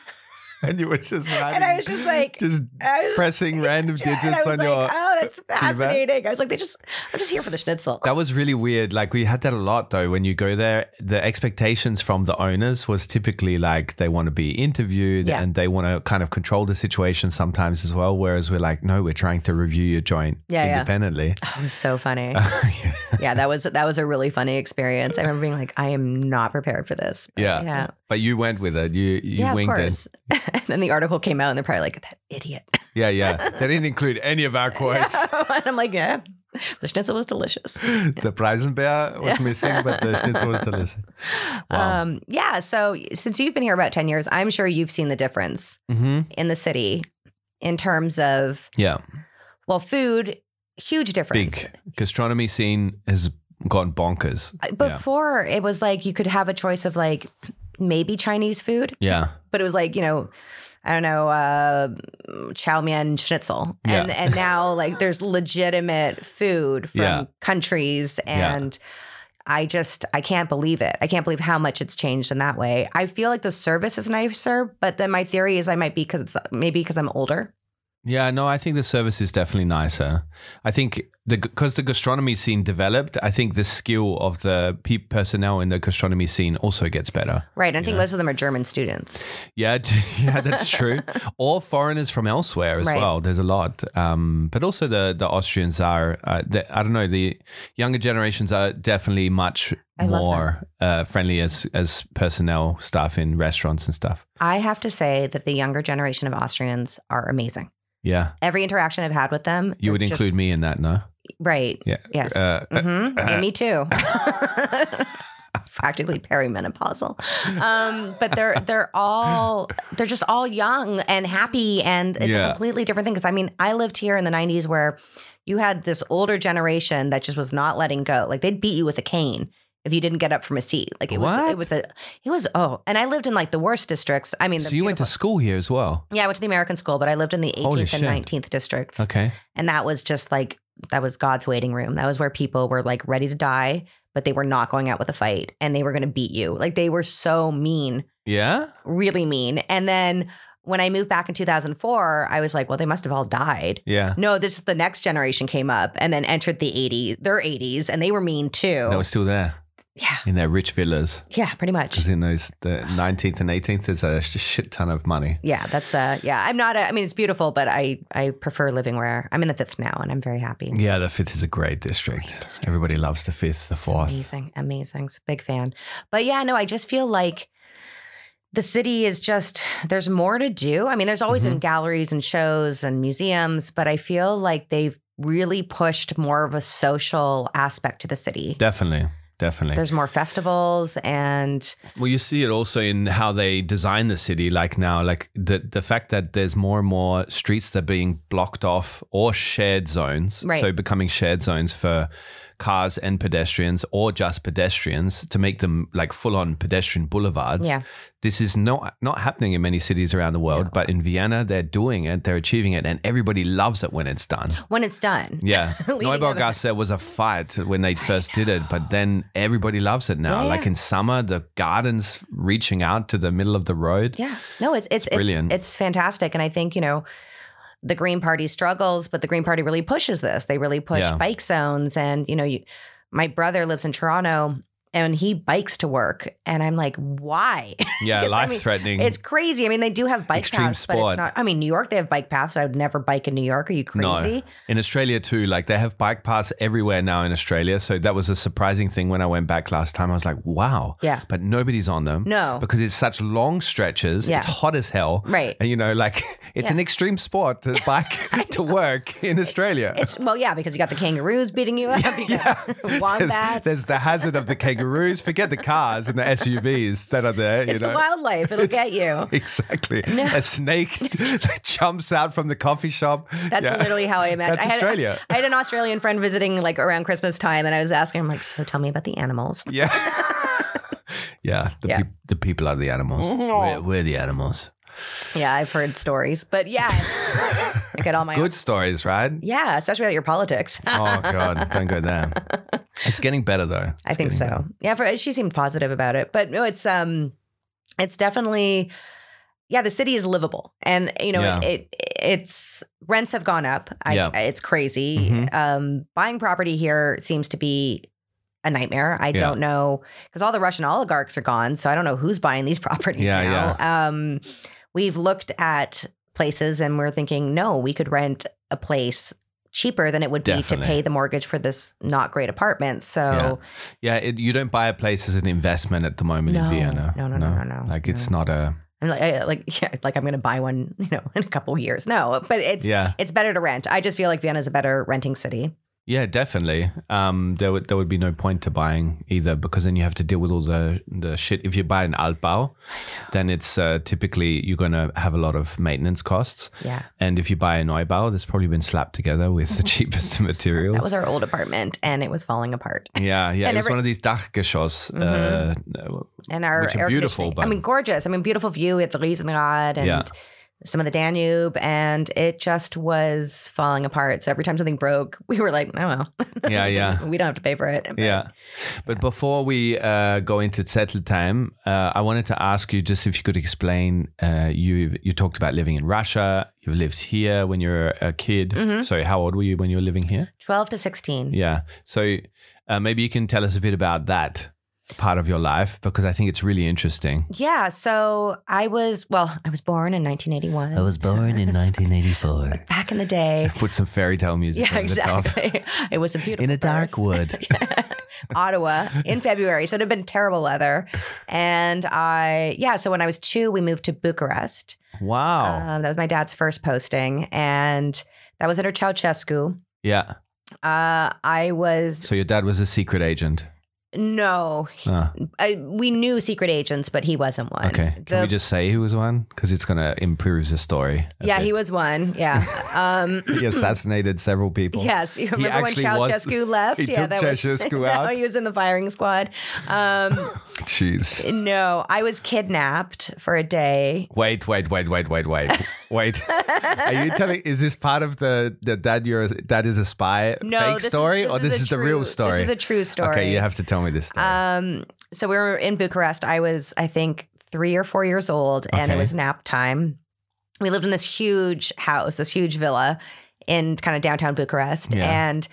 [SPEAKER 2] And you were just writing,
[SPEAKER 1] I was just like-
[SPEAKER 2] just
[SPEAKER 1] I was-
[SPEAKER 2] pressing random digits
[SPEAKER 1] and I was
[SPEAKER 2] on
[SPEAKER 1] like,
[SPEAKER 2] your.
[SPEAKER 1] oh, that's
[SPEAKER 2] keypad.
[SPEAKER 1] fascinating. I was like, they just, I'm just here for the schnitzel.
[SPEAKER 5] That was really weird. Like we had that a lot though. When you go there, the expectations from the owners was typically like they want to be interviewed
[SPEAKER 1] Yeah.
[SPEAKER 5] and they want to kind of control the situation sometimes as well. Whereas we're like, no, we're trying to review your joint
[SPEAKER 1] Yeah, yeah.
[SPEAKER 5] independently.
[SPEAKER 1] That was so funny. yeah, that was that was a really funny experience. I remember being like, I am not prepared for this. But
[SPEAKER 5] Yeah.
[SPEAKER 1] yeah,
[SPEAKER 5] But you went with it. You you
[SPEAKER 1] yeah. Of
[SPEAKER 5] winged it.
[SPEAKER 1] course. and then the article came out, and they're probably like, that idiot.
[SPEAKER 5] Yeah, yeah. They didn't include any of our quotes.
[SPEAKER 1] and I'm like, yeah, the schnitzel was delicious.
[SPEAKER 5] The Preisenbeer was missing, but the schnitzel was delicious. Wow.
[SPEAKER 1] Um, yeah. So since you've been here about ten years, I'm sure you've seen the difference
[SPEAKER 2] Mm-hmm.
[SPEAKER 5] hmm
[SPEAKER 1] in the city in terms of
[SPEAKER 5] Yeah,
[SPEAKER 1] well, food. Huge difference.
[SPEAKER 5] big gastronomy scene has gone bonkers.
[SPEAKER 1] Before it was like you could have a choice of like maybe Chinese food,
[SPEAKER 5] Yeah,
[SPEAKER 1] but it was like you know, I don't know, uh, chow mein schnitzel, and
[SPEAKER 5] Yeah.
[SPEAKER 1] and now like there's legitimate food from
[SPEAKER 5] Yeah.
[SPEAKER 1] countries,
[SPEAKER 5] Yeah.
[SPEAKER 1] and I just I can't believe it. I can't believe how much it's changed in that way. I feel like the service is nicer, but then my theory is I might be because it's maybe because I'm older.
[SPEAKER 5] Yeah, no, I think the service is definitely nicer. I think the because the gastronomy scene developed, I think the skill of the pe- personnel in the gastronomy scene also gets better.
[SPEAKER 1] Right. I think
[SPEAKER 5] Yeah.
[SPEAKER 1] most of them are German students.
[SPEAKER 5] Yeah, yeah, that's true. or foreigners from elsewhere as
[SPEAKER 1] Right.
[SPEAKER 5] well. There's a lot, um, but also the the Austrians are. Uh, the, I don't know. The younger generations are definitely much
[SPEAKER 1] I love
[SPEAKER 5] more uh, friendly as as personnel staff in restaurants and stuff.
[SPEAKER 1] I have to say that the younger generation of Austrians are amazing.
[SPEAKER 5] Yeah,
[SPEAKER 1] every interaction I've had with them.
[SPEAKER 5] you would
[SPEAKER 1] just-
[SPEAKER 5] include me in that, no?
[SPEAKER 1] right?
[SPEAKER 5] Yeah.
[SPEAKER 1] Yes.
[SPEAKER 5] Uh, uh,
[SPEAKER 1] Mhm. Yeah, me too. Practically perimenopausal, um, but they're they're all they're just all young and happy, and it's
[SPEAKER 5] Yeah.
[SPEAKER 1] a completely different thing. Because I mean, I lived here in the '90s where you had this older generation that just was not letting go. Like they'd beat you with a cane if you didn't get up from a seat. Like it was
[SPEAKER 5] What?
[SPEAKER 1] it was a it was oh, and I lived in like the worst districts. I mean, the
[SPEAKER 5] So you went to
[SPEAKER 1] beautiful-
[SPEAKER 5] school here as well.
[SPEAKER 1] yeah, I went to the American school, but I lived in the
[SPEAKER 5] Holy
[SPEAKER 1] 18th
[SPEAKER 5] shit.
[SPEAKER 1] and 19th districts.
[SPEAKER 5] Okay.
[SPEAKER 1] And that was just like, that was God's waiting room. That was where people were like ready to die, but they were not going out with a fight and they were going to beat you. Like they were so mean,
[SPEAKER 5] Yeah.
[SPEAKER 1] really mean. And then when I moved back in 2004, I was like, well, they must have all died.
[SPEAKER 5] Yeah.
[SPEAKER 1] No, this is the next generation came up and then entered the 80s, their 80s, and they were mean too.
[SPEAKER 5] They were still there
[SPEAKER 1] yeah.
[SPEAKER 5] in their rich villas.
[SPEAKER 1] Yeah, pretty much.
[SPEAKER 5] Because in those the 19th and 18th, there's a sh- shit ton of money.
[SPEAKER 1] Yeah, that's uh yeah. I'm not a, I mean it's beautiful, but I I prefer living where I'm in the 5th now and I'm very happy.
[SPEAKER 5] Yeah, the fifth is a great district. Everybody loves the fifth, the
[SPEAKER 1] It's amazing, amazing. It's a big fan. But yeah, no, I just feel like the city is just there's more to do. I mean, there's always been galleries and shows and museums, but I feel like they've really pushed more of a social aspect to the city.
[SPEAKER 5] Definitely. Definitely.
[SPEAKER 1] There's more festivals and
[SPEAKER 5] well, you see it also in how they design the city. Like now, like the the fact that there's more and more streets that are being blocked off or shared zones.
[SPEAKER 1] Right.
[SPEAKER 5] So becoming shared zones for cars and pedestrians or just pedestrians to make them like full on pedestrian boulevards.
[SPEAKER 1] Yeah.
[SPEAKER 5] This is not not happening in many cities around the world, but in Vienna they're doing it, they're achieving it, and everybody loves it when it's done.
[SPEAKER 1] when it's done.
[SPEAKER 5] Yeah.
[SPEAKER 1] Leading up-
[SPEAKER 5] Neuburgasse was a fight when they first did it, but then everybody loves it now.
[SPEAKER 1] Yeah,
[SPEAKER 5] Like
[SPEAKER 1] yeah.
[SPEAKER 5] in summer, the gardens reaching out to the middle of the road.
[SPEAKER 1] Yeah. No, it's it's it's,
[SPEAKER 5] brilliant.
[SPEAKER 1] it's fantastic. And I think, you know, the Green Party struggles, but the Green Party really pushes this. They really push
[SPEAKER 5] Yeah.
[SPEAKER 1] bike zones and, you know, you, my brother lives in Toronto and he bikes to work. And I'm like, why?
[SPEAKER 5] Yeah,
[SPEAKER 1] 'Cause, I mean,
[SPEAKER 5] life threatening.
[SPEAKER 1] It's crazy. I mean, they do have bike
[SPEAKER 5] Extreme
[SPEAKER 1] paths, but
[SPEAKER 5] sport.
[SPEAKER 1] it's not. I mean, New York, they have bike paths. I would never bike in New York. Are you crazy?
[SPEAKER 5] No. In Australia too, like they have bike paths everywhere now in Australia. So that was a surprising thing when I went back last time. I was like, wow.
[SPEAKER 1] Yeah.
[SPEAKER 5] But nobody's on them.
[SPEAKER 1] No.
[SPEAKER 5] Because it's such long stretches.
[SPEAKER 1] Yeah.
[SPEAKER 5] It's hot as hell.
[SPEAKER 1] Right.
[SPEAKER 5] And you know, like it's
[SPEAKER 1] Yeah.
[SPEAKER 5] an extreme sport to bike to work in Australia.
[SPEAKER 1] It's well, yeah, because you got the kangaroos beating you up. You got
[SPEAKER 5] There's,
[SPEAKER 1] wombats.
[SPEAKER 5] there's the hazard of the kangaroos. Forget the cars and the SUVs that are there.
[SPEAKER 1] it's
[SPEAKER 5] you
[SPEAKER 1] the
[SPEAKER 5] know?
[SPEAKER 1] wildlife. It'll
[SPEAKER 5] It's-
[SPEAKER 1] get you.
[SPEAKER 5] Exactly. A snake jumps out from the coffee shop.
[SPEAKER 1] That's
[SPEAKER 5] Yeah.
[SPEAKER 1] literally how I imagine.
[SPEAKER 5] That's
[SPEAKER 1] I had,
[SPEAKER 5] Australia.
[SPEAKER 1] I had an Australian friend visiting like around Christmas time, and I was asking him like, "So tell me about the animals."
[SPEAKER 5] Yeah. yeah. The,
[SPEAKER 1] Yeah.
[SPEAKER 5] peop the people are the animals. We're, we're the animals.
[SPEAKER 1] Yeah, I've heard stories, but yeah, I get all my
[SPEAKER 5] Good stories, right?
[SPEAKER 1] Yeah, especially about your politics.
[SPEAKER 5] Oh, God. Don't go there. It's getting better, though.
[SPEAKER 1] I
[SPEAKER 5] It's
[SPEAKER 1] think
[SPEAKER 5] getting
[SPEAKER 1] so.
[SPEAKER 5] better.
[SPEAKER 1] Yeah, for she seemed positive about it, but no, it's um, it's definitely, yeah, the city is livable, and you know,
[SPEAKER 5] Yeah.
[SPEAKER 1] it, it it's rents have gone up. I,
[SPEAKER 5] Yeah.
[SPEAKER 1] it's crazy.
[SPEAKER 5] Mhm.
[SPEAKER 1] Um, buying property here seems to be a nightmare. I
[SPEAKER 5] Yeah.
[SPEAKER 1] don't know because all the Russian oligarchs are gone, so I don't know who's buying these properties
[SPEAKER 5] Yeah,
[SPEAKER 1] now. Um, we've looked at places and we're thinking, no, we could rent a place cheaper than it would be
[SPEAKER 5] Definitely.
[SPEAKER 1] to pay the mortgage for this not great apartment. So.
[SPEAKER 5] Yeah. Yeah. It, you don't buy a place as an investment at the moment
[SPEAKER 1] No.
[SPEAKER 5] in Vienna.
[SPEAKER 1] No, no, no, no, no,
[SPEAKER 5] Like,
[SPEAKER 1] no.
[SPEAKER 5] it's not a.
[SPEAKER 1] I'm like, I, like, yeah, like I'm gonna buy one, you know, in a couple years. No, but it's
[SPEAKER 5] Yeah.
[SPEAKER 1] it's better to rent. I just feel like Vienna's a better renting city.
[SPEAKER 5] Yeah, definitely. Um, there would there would be no point to buying either because then you have to deal with all the the shit. If you buy an Altbau, then it's uh, typically you're gonna have a lot of maintenance costs.
[SPEAKER 1] Yeah,
[SPEAKER 5] And if you buy a Neubau, that's probably been slapped together with the cheapest materials.
[SPEAKER 1] that was our old apartment, and it was falling apart.
[SPEAKER 5] yeah, yeah.
[SPEAKER 1] And
[SPEAKER 5] it was
[SPEAKER 1] every-
[SPEAKER 5] one of these Dachgeschoss.
[SPEAKER 1] Mm-hmm.
[SPEAKER 5] Uh,
[SPEAKER 1] And our
[SPEAKER 5] Which are
[SPEAKER 1] air
[SPEAKER 5] beautiful,
[SPEAKER 1] conditioning-
[SPEAKER 5] but-
[SPEAKER 1] I mean, gorgeous. I mean, beautiful view at the Riesenrad and
[SPEAKER 5] Yeah.
[SPEAKER 1] some of the Danube, and it just was falling apart. So every time something broke, we were like, oh well,
[SPEAKER 5] yeah, yeah.
[SPEAKER 1] we don't have to pay for it. But
[SPEAKER 5] Yeah. But before we uh, go into settle time, uh, I wanted to ask you just if you could explain. Uh, you you talked about living in Russia. You lived here when you were a kid.
[SPEAKER 1] Mm-hmm.
[SPEAKER 5] Sorry, how old were you when you were living here?
[SPEAKER 1] twelve to sixteen.
[SPEAKER 5] Yeah. So uh, maybe you can tell us a bit about that part of your life because I think it's really interesting.
[SPEAKER 1] Yeah, so I was well, I was born in 1981. I was born in 1984. Back in the day,
[SPEAKER 5] Put some fairy tale music
[SPEAKER 1] Yeah,
[SPEAKER 5] over the top.
[SPEAKER 1] exactly. It was a beautiful
[SPEAKER 5] In a dark
[SPEAKER 1] birth.
[SPEAKER 5] wood.
[SPEAKER 1] Ottawa in February, so it had been terrible weather. And I, yeah, so when I was two, we moved to Bucharest.
[SPEAKER 5] Wow.
[SPEAKER 1] Um, that was my dad's first posting, and that was under Ceausescu.
[SPEAKER 5] yeah.
[SPEAKER 1] Uh, I was
[SPEAKER 5] So your dad was a secret agent.
[SPEAKER 1] no,
[SPEAKER 5] Ah,
[SPEAKER 1] I, we knew secret agents, but he wasn't one.
[SPEAKER 5] okay. Can
[SPEAKER 1] The-
[SPEAKER 5] we just say who was one? Because it's going to improve the story. a
[SPEAKER 1] yeah,
[SPEAKER 5] bit.
[SPEAKER 1] he was one. Yeah. Um,
[SPEAKER 5] he assassinated several people.
[SPEAKER 1] Yes, you remember when
[SPEAKER 5] actually was-
[SPEAKER 1] Ceausescu left?
[SPEAKER 5] he took Ceausescu
[SPEAKER 1] no,
[SPEAKER 5] out.
[SPEAKER 1] he was in the firing squad. Um,
[SPEAKER 5] Jeez.
[SPEAKER 1] No, I was kidnapped for a day.
[SPEAKER 5] Wait, wait, wait, wait, wait, wait, wait. Are you telling? Is this part of the the dad your dad is a spy
[SPEAKER 1] No,
[SPEAKER 5] fake
[SPEAKER 1] this is-
[SPEAKER 5] story,
[SPEAKER 1] this
[SPEAKER 5] or
[SPEAKER 1] is
[SPEAKER 5] this
[SPEAKER 1] a
[SPEAKER 5] is, the
[SPEAKER 1] true-
[SPEAKER 5] real
[SPEAKER 1] this
[SPEAKER 5] story?
[SPEAKER 1] is a true story.
[SPEAKER 5] Okay, you have to tell me this story.
[SPEAKER 1] Um, so we were in Bucharest. I was, I think, three or four years old, and it
[SPEAKER 5] Okay.
[SPEAKER 1] was nap time. We lived in this huge house, this huge villa in kind of downtown Bucharest,
[SPEAKER 5] Yeah.
[SPEAKER 1] and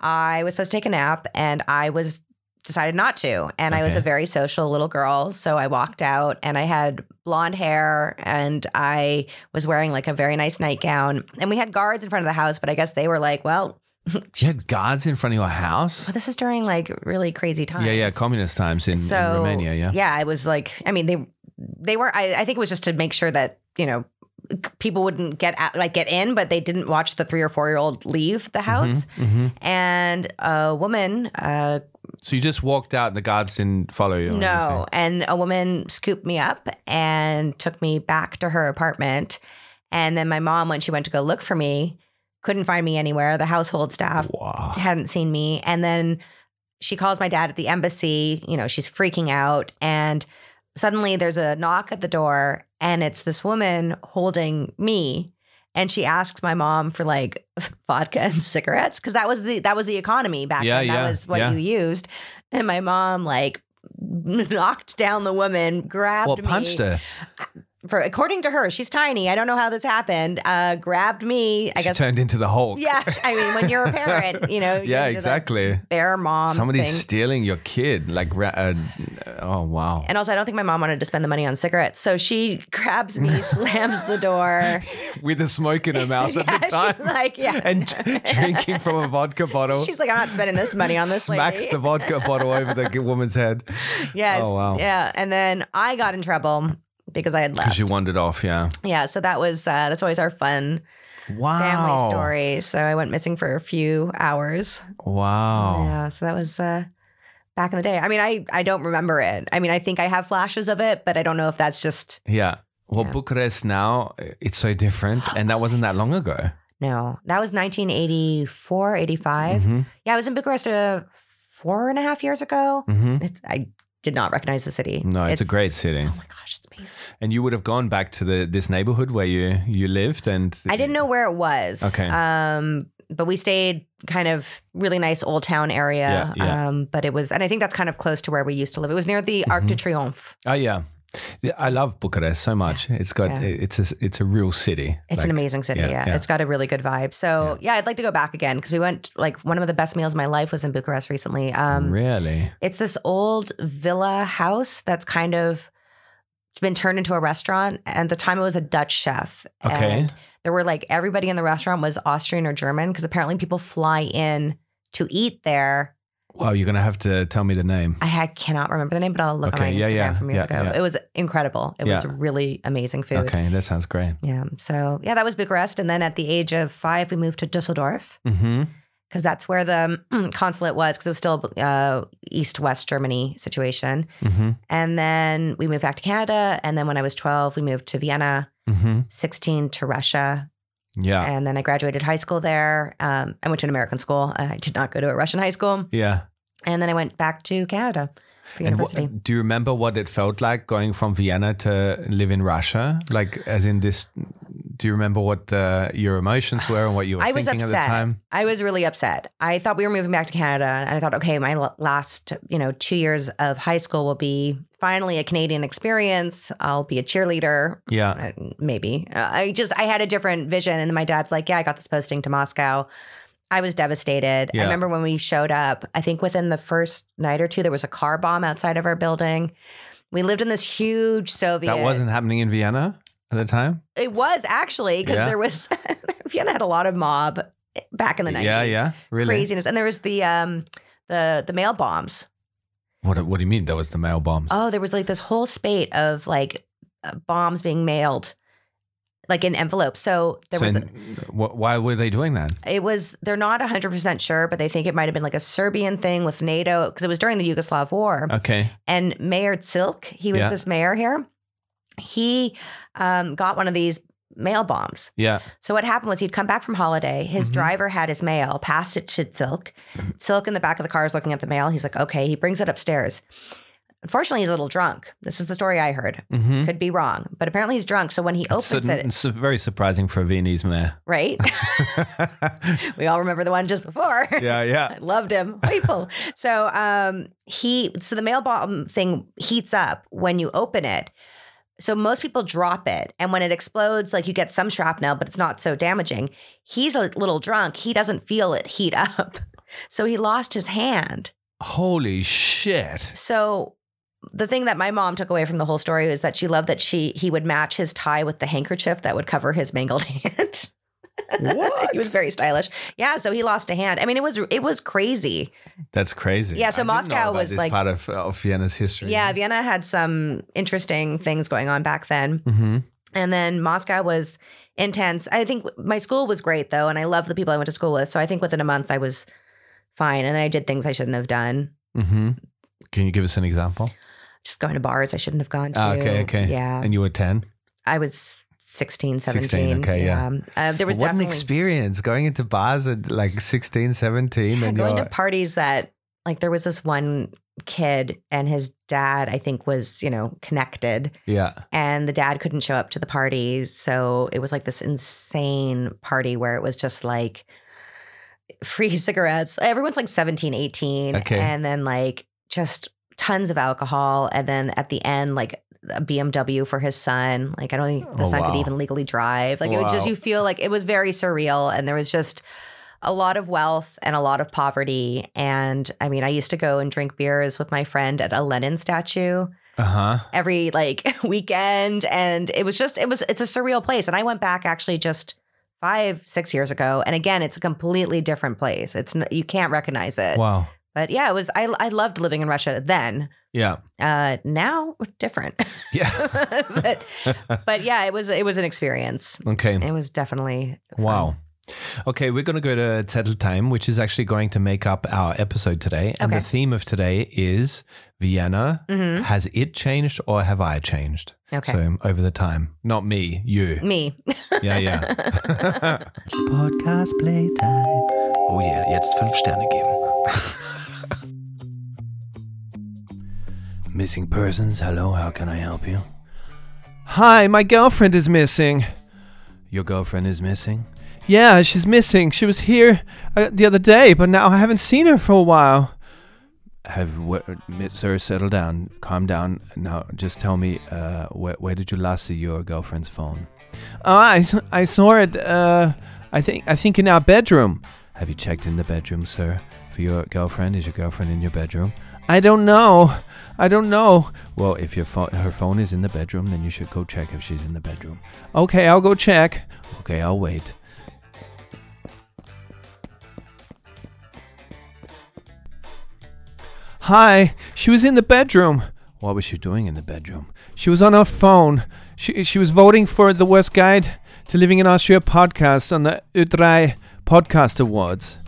[SPEAKER 1] I was supposed to take a nap, and I was decided not to. And I was
[SPEAKER 5] Okay.
[SPEAKER 1] a very social little girl, so I walked out, and I had blonde hair, and I was wearing like a very nice nightgown, and we had guards in front of the house, but I guess they were like, well.
[SPEAKER 5] you had guards in front of your house.
[SPEAKER 1] Well, this is during like really crazy times
[SPEAKER 5] Yeah, yeah, communist times in,
[SPEAKER 1] so
[SPEAKER 5] in Romania. Yeah,
[SPEAKER 1] yeah i was like i mean they they were I, I think it was just to make sure that you know people wouldn't get out like get in but they didn't watch the three or four year old leave the house
[SPEAKER 5] hmm
[SPEAKER 1] and a woman uh
[SPEAKER 5] So you just walked out, and the guards didn't follow you. or
[SPEAKER 1] no
[SPEAKER 5] anything?
[SPEAKER 1] and a woman scooped me up and took me back to her apartment and then my mom when she went to go look for me couldn't find me anywhere the household staff
[SPEAKER 5] Wow.
[SPEAKER 1] hadn't seen me. And then she calls my dad at the embassy. You know, she's freaking out. And suddenly there's a knock at the door, and it's this woman holding me. And she asks my mom for like vodka and cigarettes because that was the that was the economy back
[SPEAKER 5] Yeah,
[SPEAKER 1] then.
[SPEAKER 5] yeah,
[SPEAKER 1] that was what
[SPEAKER 5] yeah.
[SPEAKER 1] you used. And my mom like knocked down the woman, grabbed
[SPEAKER 5] Well,
[SPEAKER 1] me,
[SPEAKER 5] punched her.
[SPEAKER 1] for according to her, she's tiny. I don't know how this happened. Uh, grabbed me. I
[SPEAKER 5] she
[SPEAKER 1] guess.
[SPEAKER 5] turned into the Hulk.
[SPEAKER 1] yeah. I mean, when you're a parent, you know. you
[SPEAKER 5] Yeah,
[SPEAKER 1] do the
[SPEAKER 5] exactly.
[SPEAKER 1] Bear mom.
[SPEAKER 5] Somebody's
[SPEAKER 1] thing.
[SPEAKER 5] stealing your kid. Like, ra- uh, oh wow.
[SPEAKER 1] And also, I don't think my mom wanted to spend the money on cigarettes. So she grabs me, slams the door.
[SPEAKER 5] With a smoke in her mouth at the
[SPEAKER 1] yeah,
[SPEAKER 5] time,
[SPEAKER 1] she's like, yeah.
[SPEAKER 5] and drinking from a vodka bottle.
[SPEAKER 1] She's like, I'm not spending this money on this
[SPEAKER 5] smacks
[SPEAKER 1] lady.
[SPEAKER 5] the vodka bottle over the woman's head
[SPEAKER 1] yes.
[SPEAKER 5] Oh, wow.
[SPEAKER 1] Yeah. And then I got in trouble because I had
[SPEAKER 5] because
[SPEAKER 1] left.
[SPEAKER 5] you wandered off. Yeah.
[SPEAKER 1] yeah. So that was, uh, that's always our fun
[SPEAKER 5] Wow.
[SPEAKER 1] family story. So I went missing for a few hours.
[SPEAKER 5] Wow.
[SPEAKER 1] Yeah. So that was, uh, back in the day. I mean, I, I don't remember it. I mean, I think I have flashes of it, but I don't know if that's just,
[SPEAKER 5] Yeah. Well,
[SPEAKER 1] Yeah.
[SPEAKER 5] Bucharest now it's so different, and that wasn't that long ago.
[SPEAKER 1] no, that was 1984, 85.
[SPEAKER 5] Mhm.
[SPEAKER 1] Yeah. I was in Bucharest uh, four and a half years ago.
[SPEAKER 5] Mhm.
[SPEAKER 1] It's, I did not recognize the city.
[SPEAKER 5] No, it's, a great city,
[SPEAKER 1] Oh my gosh, it's amazing.
[SPEAKER 5] and you would have gone back to the this neighborhood where you you lived, and
[SPEAKER 1] I didn't know where it was.
[SPEAKER 5] Okay.
[SPEAKER 1] Um, but we stayed kind of really nice old town area.
[SPEAKER 5] Yeah, yeah.
[SPEAKER 1] Um, but it was, and I think that's kind of close to where we used to live. It was near the Arc de Triomphe.
[SPEAKER 5] Oh yeah. Yeah, I love Bucharest so much. It's got
[SPEAKER 1] Yeah.
[SPEAKER 5] it's a it's a real city.
[SPEAKER 1] It's an
[SPEAKER 5] Like,
[SPEAKER 1] amazing city.
[SPEAKER 5] yeah,
[SPEAKER 1] Yeah,
[SPEAKER 5] yeah.
[SPEAKER 1] It's got a really good vibe. So yeah, I'd like to go back again because we went like one of the best meals of my life was in Bucharest recently. Um,
[SPEAKER 5] really.
[SPEAKER 1] It's this old villa house that's kind of been turned into a restaurant. At the time, it was a Dutch chef.
[SPEAKER 5] Okay.
[SPEAKER 1] And there were like everybody in the restaurant was Austrian or German because apparently people fly in to eat there.
[SPEAKER 5] Wow, you're gonna have to tell me the name.
[SPEAKER 1] I had, cannot remember the name, but I'll look
[SPEAKER 5] Okay,
[SPEAKER 1] on my
[SPEAKER 5] yeah,
[SPEAKER 1] Instagram
[SPEAKER 5] yeah,
[SPEAKER 1] from years
[SPEAKER 5] yeah,
[SPEAKER 1] ago.
[SPEAKER 5] yeah.
[SPEAKER 1] It was incredible. It was
[SPEAKER 5] Yeah.
[SPEAKER 1] really amazing food.
[SPEAKER 5] Okay, that sounds great.
[SPEAKER 1] Yeah. So yeah, that was Bucharest, and then at the age of five, we moved to Dusseldorf
[SPEAKER 5] Mm-hmm.
[SPEAKER 1] because that's where the consulate was because it was still uh, east-west Germany situation.
[SPEAKER 5] Mm-hmm.
[SPEAKER 1] And then we moved back to Canada. And then when I was 12, we moved to Vienna,
[SPEAKER 5] Mm-hmm.
[SPEAKER 1] 16 to Russia.
[SPEAKER 5] Yeah.
[SPEAKER 1] And then I graduated high school there. Um, I went to an American school. I did not go to a Russian high school.
[SPEAKER 5] yeah.
[SPEAKER 1] And then I went back to Canada for
[SPEAKER 5] And wha-
[SPEAKER 1] university.
[SPEAKER 5] do you remember what it felt like going from Vienna to live in Russia? Like, as in this, do you remember what the, your emotions were and what you were
[SPEAKER 1] I was
[SPEAKER 5] thinking at
[SPEAKER 1] upset.
[SPEAKER 5] the time?
[SPEAKER 1] I was really upset. I thought we were moving back to Canada, and I thought, okay, my l- last you know two years of high school will be finally a Canadian experience. I'll be a cheerleader,
[SPEAKER 5] Yeah.
[SPEAKER 1] Uh, maybe. Uh, I just I had a different vision, and my dad's like, yeah, I got this posting to Moscow. I was devastated.
[SPEAKER 5] Yeah.
[SPEAKER 1] I remember when we showed up. I think within the first night or two, there was a car bomb outside of our building. We lived in this huge Soviet.
[SPEAKER 5] That wasn't happening in Vienna at the time?
[SPEAKER 1] It was actually because
[SPEAKER 5] Yeah.
[SPEAKER 1] there was Vienna had a lot of mob eh, back in the nineties
[SPEAKER 5] Yeah, yeah. Really?
[SPEAKER 1] craziness. And there was the um the the mail bombs.
[SPEAKER 5] What, what do you mean? There was the mail bombs.
[SPEAKER 1] Oh, there was like this whole spate of like uh, bombs being mailed like in envelopes. So there
[SPEAKER 5] So
[SPEAKER 1] was
[SPEAKER 5] in- wh- why were they doing that?
[SPEAKER 1] it was they're not 100% sure, but they think it might have been like a Serbian thing with NATO because it was during the Yugoslav war.
[SPEAKER 5] Okay.
[SPEAKER 1] and Mayor Silk, he was
[SPEAKER 5] Uh. Yeah.
[SPEAKER 1] this mayor here. He um, got one of these mail bombs.
[SPEAKER 5] Yeah.
[SPEAKER 1] So what happened was he'd come back from holiday. His
[SPEAKER 5] Mhm.
[SPEAKER 1] driver had his mail, passed it to Silk.
[SPEAKER 5] Mm-hmm.
[SPEAKER 1] Silk in the back of the car is looking at the mail. He's like, okay. He brings it upstairs. Unfortunately, he's a little drunk. This is the story I heard.
[SPEAKER 5] Mm-hmm.
[SPEAKER 1] Could be wrong, but apparently he's drunk. So when he opens it,
[SPEAKER 5] It's very surprising for a Viennese mayor.
[SPEAKER 1] right? we all remember the one just before.
[SPEAKER 5] yeah, yeah.
[SPEAKER 1] I loved him. People. so um he so the mail bomb thing heats up when you open it. So most people drop it and when it explodes like you get some shrapnel but it's not so damaging. He's a little drunk. He doesn't feel it heat up. So he lost his hand.
[SPEAKER 5] Holy shit.
[SPEAKER 1] So the thing that my mom took away from the whole story is that she loved that she he would match his tie with the handkerchief that would cover his mangled hand. he was very stylish. Yeah, so he lost a hand. I mean, it was it was crazy.
[SPEAKER 5] That's crazy.
[SPEAKER 1] Yeah, so
[SPEAKER 5] I didn't know
[SPEAKER 1] Moscow
[SPEAKER 5] about
[SPEAKER 1] was
[SPEAKER 5] this
[SPEAKER 1] like-
[SPEAKER 5] part of, of Vienna's history.
[SPEAKER 1] Yeah, Vienna had some interesting things going on back then.
[SPEAKER 5] Mm-hmm.
[SPEAKER 1] And then Moscow was intense. I think my school was great though, and I loved the people I went to school with. So I think within a month I was fine and I did things I shouldn't have done.
[SPEAKER 5] Mm-hmm. Can you give us an example?
[SPEAKER 1] Just going to bars I shouldn't have gone to.
[SPEAKER 5] Ah, okay, okay.
[SPEAKER 1] Yeah.
[SPEAKER 5] And you were 10.
[SPEAKER 1] I was 16, 17.
[SPEAKER 5] 16, okay, yeah.
[SPEAKER 1] Uh, there was
[SPEAKER 5] what
[SPEAKER 1] definitely
[SPEAKER 5] an experience going into bars at like 16, 17.
[SPEAKER 1] Yeah,
[SPEAKER 5] and
[SPEAKER 1] going
[SPEAKER 5] you're-
[SPEAKER 1] to parties that like there was this one kid and his dad I think was, you know, connected.
[SPEAKER 5] yeah.
[SPEAKER 1] and the dad couldn't show up to the party so it was like this insane party where it was just like free cigarettes everyone's like 17 18
[SPEAKER 5] Okay.
[SPEAKER 1] and then like just tons of alcohol and then at the end like a BMW for his son. Like I don't think the
[SPEAKER 5] Oh,
[SPEAKER 1] son could
[SPEAKER 5] wow.
[SPEAKER 1] even legally drive. Like it was just
[SPEAKER 5] Wow.
[SPEAKER 1] you feel like it was very surreal and there was just a lot of wealth and a lot of poverty. And I mean, I used to go and drink beers with my friend at a Lenin statue
[SPEAKER 5] Uh huh.
[SPEAKER 1] every like weekend. And it was just, it was, it's a surreal place. And I went back actually just five, six years ago. And again, it's a completely different place. It's, n- you can't recognize it.
[SPEAKER 5] Wow.
[SPEAKER 1] But yeah, it was, I, I loved living in Russia then.
[SPEAKER 5] Yeah.
[SPEAKER 1] Uh, now different,
[SPEAKER 5] Yeah.
[SPEAKER 1] but, but yeah, it was, it was an experience.
[SPEAKER 5] okay.
[SPEAKER 1] It was definitely fun.
[SPEAKER 5] Wow. Okay, we're going to go to Tettle Time, which is actually going to make up our episode today. And
[SPEAKER 1] Okay.
[SPEAKER 5] the theme of today is Vienna.
[SPEAKER 1] Mhm.
[SPEAKER 5] Has it changed or have I changed?
[SPEAKER 1] Okay.
[SPEAKER 5] So over the time. Not me, you.
[SPEAKER 1] Me.
[SPEAKER 5] Yeah, yeah.
[SPEAKER 4] Podcast Playtime.
[SPEAKER 6] Oh yeah, jetzt fünf Sterne geben.
[SPEAKER 5] Missing persons, hello, how can I help you? Hi, my girlfriend is missing. Your girlfriend is missing? Yeah, she's missing. She was here uh, the other day, but now I haven't seen her for a while. Have wh- mi- sir, settle down, calm down. Now, just tell me, uh, where, where did you last see your girlfriend's phone? Oh, I, s- I saw it. Uh, I think I think in our bedroom. Have you checked in the bedroom, sir, for your girlfriend? Is your girlfriend in your bedroom? I don't know. I don't know. Well, if your pho- her phone is in the bedroom, then you should go check if she's in the bedroom. Okay, I'll go check. Okay, I'll wait. Hi, she was in the bedroom. What was she doing in the bedroom? She was on her phone. She, she was voting for the Worst Guide to Living in Austria podcast on the U3 Podcast Awards.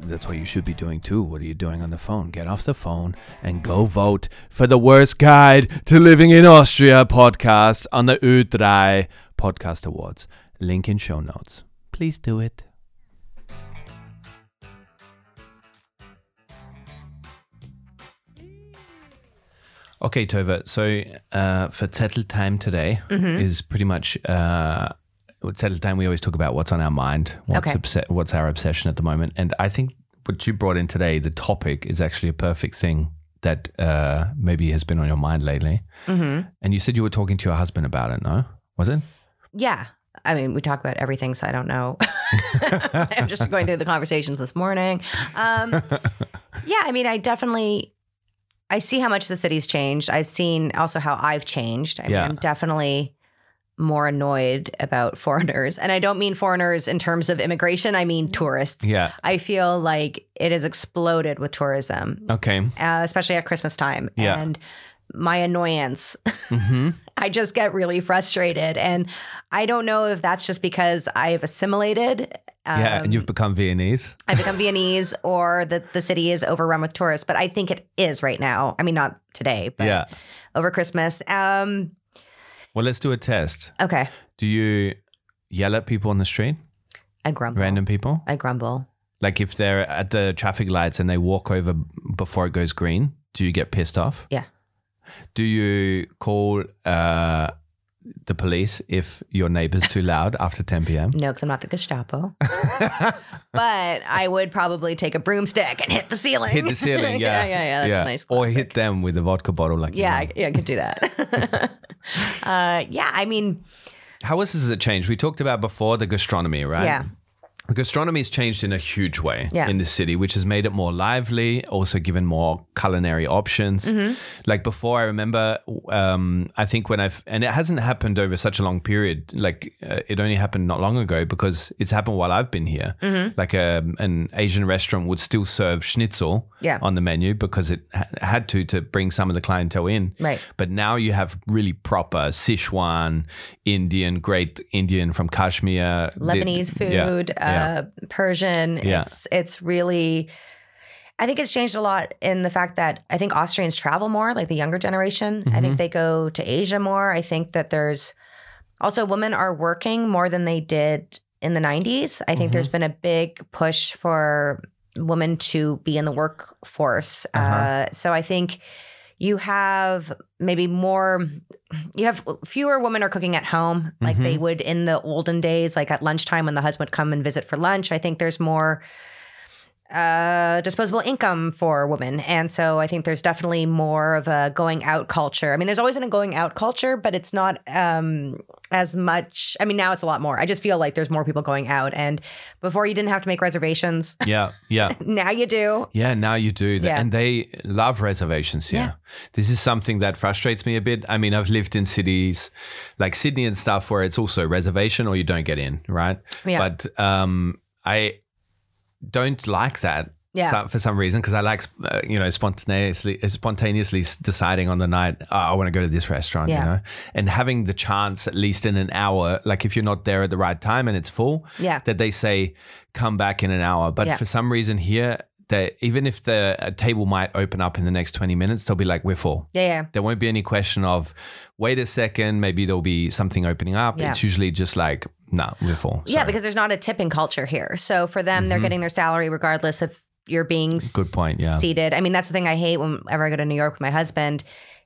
[SPEAKER 5] That's what you should be doing too. What are you doing on the phone? Get off the phone and go vote for the Worst Guide to Living in Austria podcast on the U3 Podcast Awards. Link in show notes. Please do it. Okay, Tova. So uh, for Tettle time today
[SPEAKER 1] Mm-hmm.
[SPEAKER 5] is pretty much uh, with Tettle time. We always talk about what's on our mind, what's
[SPEAKER 1] Okay.
[SPEAKER 5] obse- what's our obsession at the moment, and I think what you brought in today, the topic, is actually a perfect thing that uh, maybe has been on your mind lately.
[SPEAKER 1] Mm-hmm.
[SPEAKER 5] And you said you were talking to your husband about it. No, was it?
[SPEAKER 1] Yeah. I mean, we talk about everything, so I don't know. I'm just going through the conversations this morning. Um, yeah, I mean, I definitely I see how much the city's changed. I've seen also how I've changed. I mean,
[SPEAKER 5] Yeah.
[SPEAKER 1] I'm definitely more annoyed about foreigners, and I don't mean foreigners in terms of immigration. I mean tourists.
[SPEAKER 5] Yeah.
[SPEAKER 1] I feel like it has exploded with tourism,
[SPEAKER 5] Okay.
[SPEAKER 1] uh, especially at Christmas time.
[SPEAKER 5] Yeah.
[SPEAKER 1] And my annoyance
[SPEAKER 5] hmm
[SPEAKER 1] I just get really frustrated. And I don't know if that's just because I've assimilated. Um,
[SPEAKER 5] yeah, and you've become Viennese.
[SPEAKER 1] I've become Viennese or that the city is overrun with tourists, but I think it is right now. I mean, not today, but
[SPEAKER 5] Yeah.
[SPEAKER 1] over Christmas. Um,
[SPEAKER 5] Well, let's do a test.
[SPEAKER 1] okay.
[SPEAKER 5] Do you yell at people on the street,
[SPEAKER 1] I grumble.
[SPEAKER 5] random people?
[SPEAKER 1] I grumble.
[SPEAKER 5] Like if they're at the traffic lights and they walk over before it goes green, do you get pissed off?
[SPEAKER 1] Yeah.
[SPEAKER 5] Do you call uh, the police if your neighbor's too loud after 10 p.m.?
[SPEAKER 1] No, because I'm not the Gestapo. but I would probably take a broomstick and hit the ceiling.
[SPEAKER 5] Hit the ceiling, yeah.
[SPEAKER 1] yeah, yeah, yeah. That's a nice
[SPEAKER 5] Or
[SPEAKER 1] classic.
[SPEAKER 5] hit Mm-hmm. them with a vodka bottle. Like, you
[SPEAKER 1] Yeah,
[SPEAKER 5] know.
[SPEAKER 1] I- yeah, I could do that. uh, yeah, I mean,
[SPEAKER 5] How else has it changed? We talked about before the gastronomy, right?
[SPEAKER 1] Yeah.
[SPEAKER 5] Gastronomy has changed in a huge way
[SPEAKER 1] Yeah.
[SPEAKER 5] in the city, which has made it more lively, also given more culinary options.
[SPEAKER 1] Mm-hmm.
[SPEAKER 5] Like before, I remember, um, I think when I've, and it hasn't happened over such a long period. Like uh, it only happened not long ago because it's happened while I've been here.
[SPEAKER 1] Mm-hmm.
[SPEAKER 5] Like a, an Asian restaurant would still serve schnitzel
[SPEAKER 1] Yeah.
[SPEAKER 5] on the menu because it ha- had to to bring some of the clientele in.
[SPEAKER 1] Right.
[SPEAKER 5] But now you have really proper Sichuan, Indian, great Indian from Kashmir, the-
[SPEAKER 1] Lebanese food,
[SPEAKER 5] yeah, yeah.
[SPEAKER 1] uh, Persian. It's it's really I think it's changed a lot in the fact that I think Austrians travel more, like the younger generation. I
[SPEAKER 5] Mm-hmm.
[SPEAKER 1] think they go to Asia more. I think that there's also women are working more than they did in the 90s. I think there's
[SPEAKER 5] Mm-hmm.
[SPEAKER 1] been a big push for women to be in the workforce. uh
[SPEAKER 5] Uh-huh.
[SPEAKER 1] so I think you have maybe more you have fewer women are cooking at home like they would in the olden days like at lunchtime when the husband would come and visit for lunch i think there's more uh, disposable income for women. And so I think there's definitely more of a going out culture. I mean, there's always been a going out culture, but it's not um, as much. I mean, now it's a lot more. I just feel like there's more people going out. And before you didn't have to make reservations.
[SPEAKER 5] Yeah, yeah.
[SPEAKER 1] Now you do.
[SPEAKER 5] Yeah, now you do.
[SPEAKER 1] Yeah.
[SPEAKER 5] And they love reservations here.
[SPEAKER 1] Yeah.
[SPEAKER 5] This is something that frustrates me a bit. I mean, I've lived in cities like Sydney and stuff where it's also reservation or you don't get in, right?
[SPEAKER 1] Yeah.
[SPEAKER 5] But um, I don't like that.
[SPEAKER 1] Yeah.
[SPEAKER 5] so- for some reason, because I like, uh, you know, spontaneously, spontaneously s- deciding on the night, oh, I want to go to this restaurant,
[SPEAKER 1] Yeah.
[SPEAKER 5] you know, and having the chance, at least in an hour, like if you're not there at the right time and it's full,
[SPEAKER 1] Yeah.
[SPEAKER 5] that they say come back in an hour but
[SPEAKER 1] Yeah.
[SPEAKER 5] for some reason here they even if the uh, table might open up in the next 20 minutes they'll be like we're full
[SPEAKER 1] Yeah. Yeah.
[SPEAKER 5] there won't be any question of wait a second maybe there'll be something opening up
[SPEAKER 1] Yeah.
[SPEAKER 5] it's usually just like no nah, we're full
[SPEAKER 1] Yeah,
[SPEAKER 5] Sorry. Mm-hmm.
[SPEAKER 1] because there's not a tipping culture here. So for them, they're getting their salary regardless of you're being
[SPEAKER 5] Good point, yeah.
[SPEAKER 1] seated. I mean, that's the thing I hate whenever I go to New York with my husband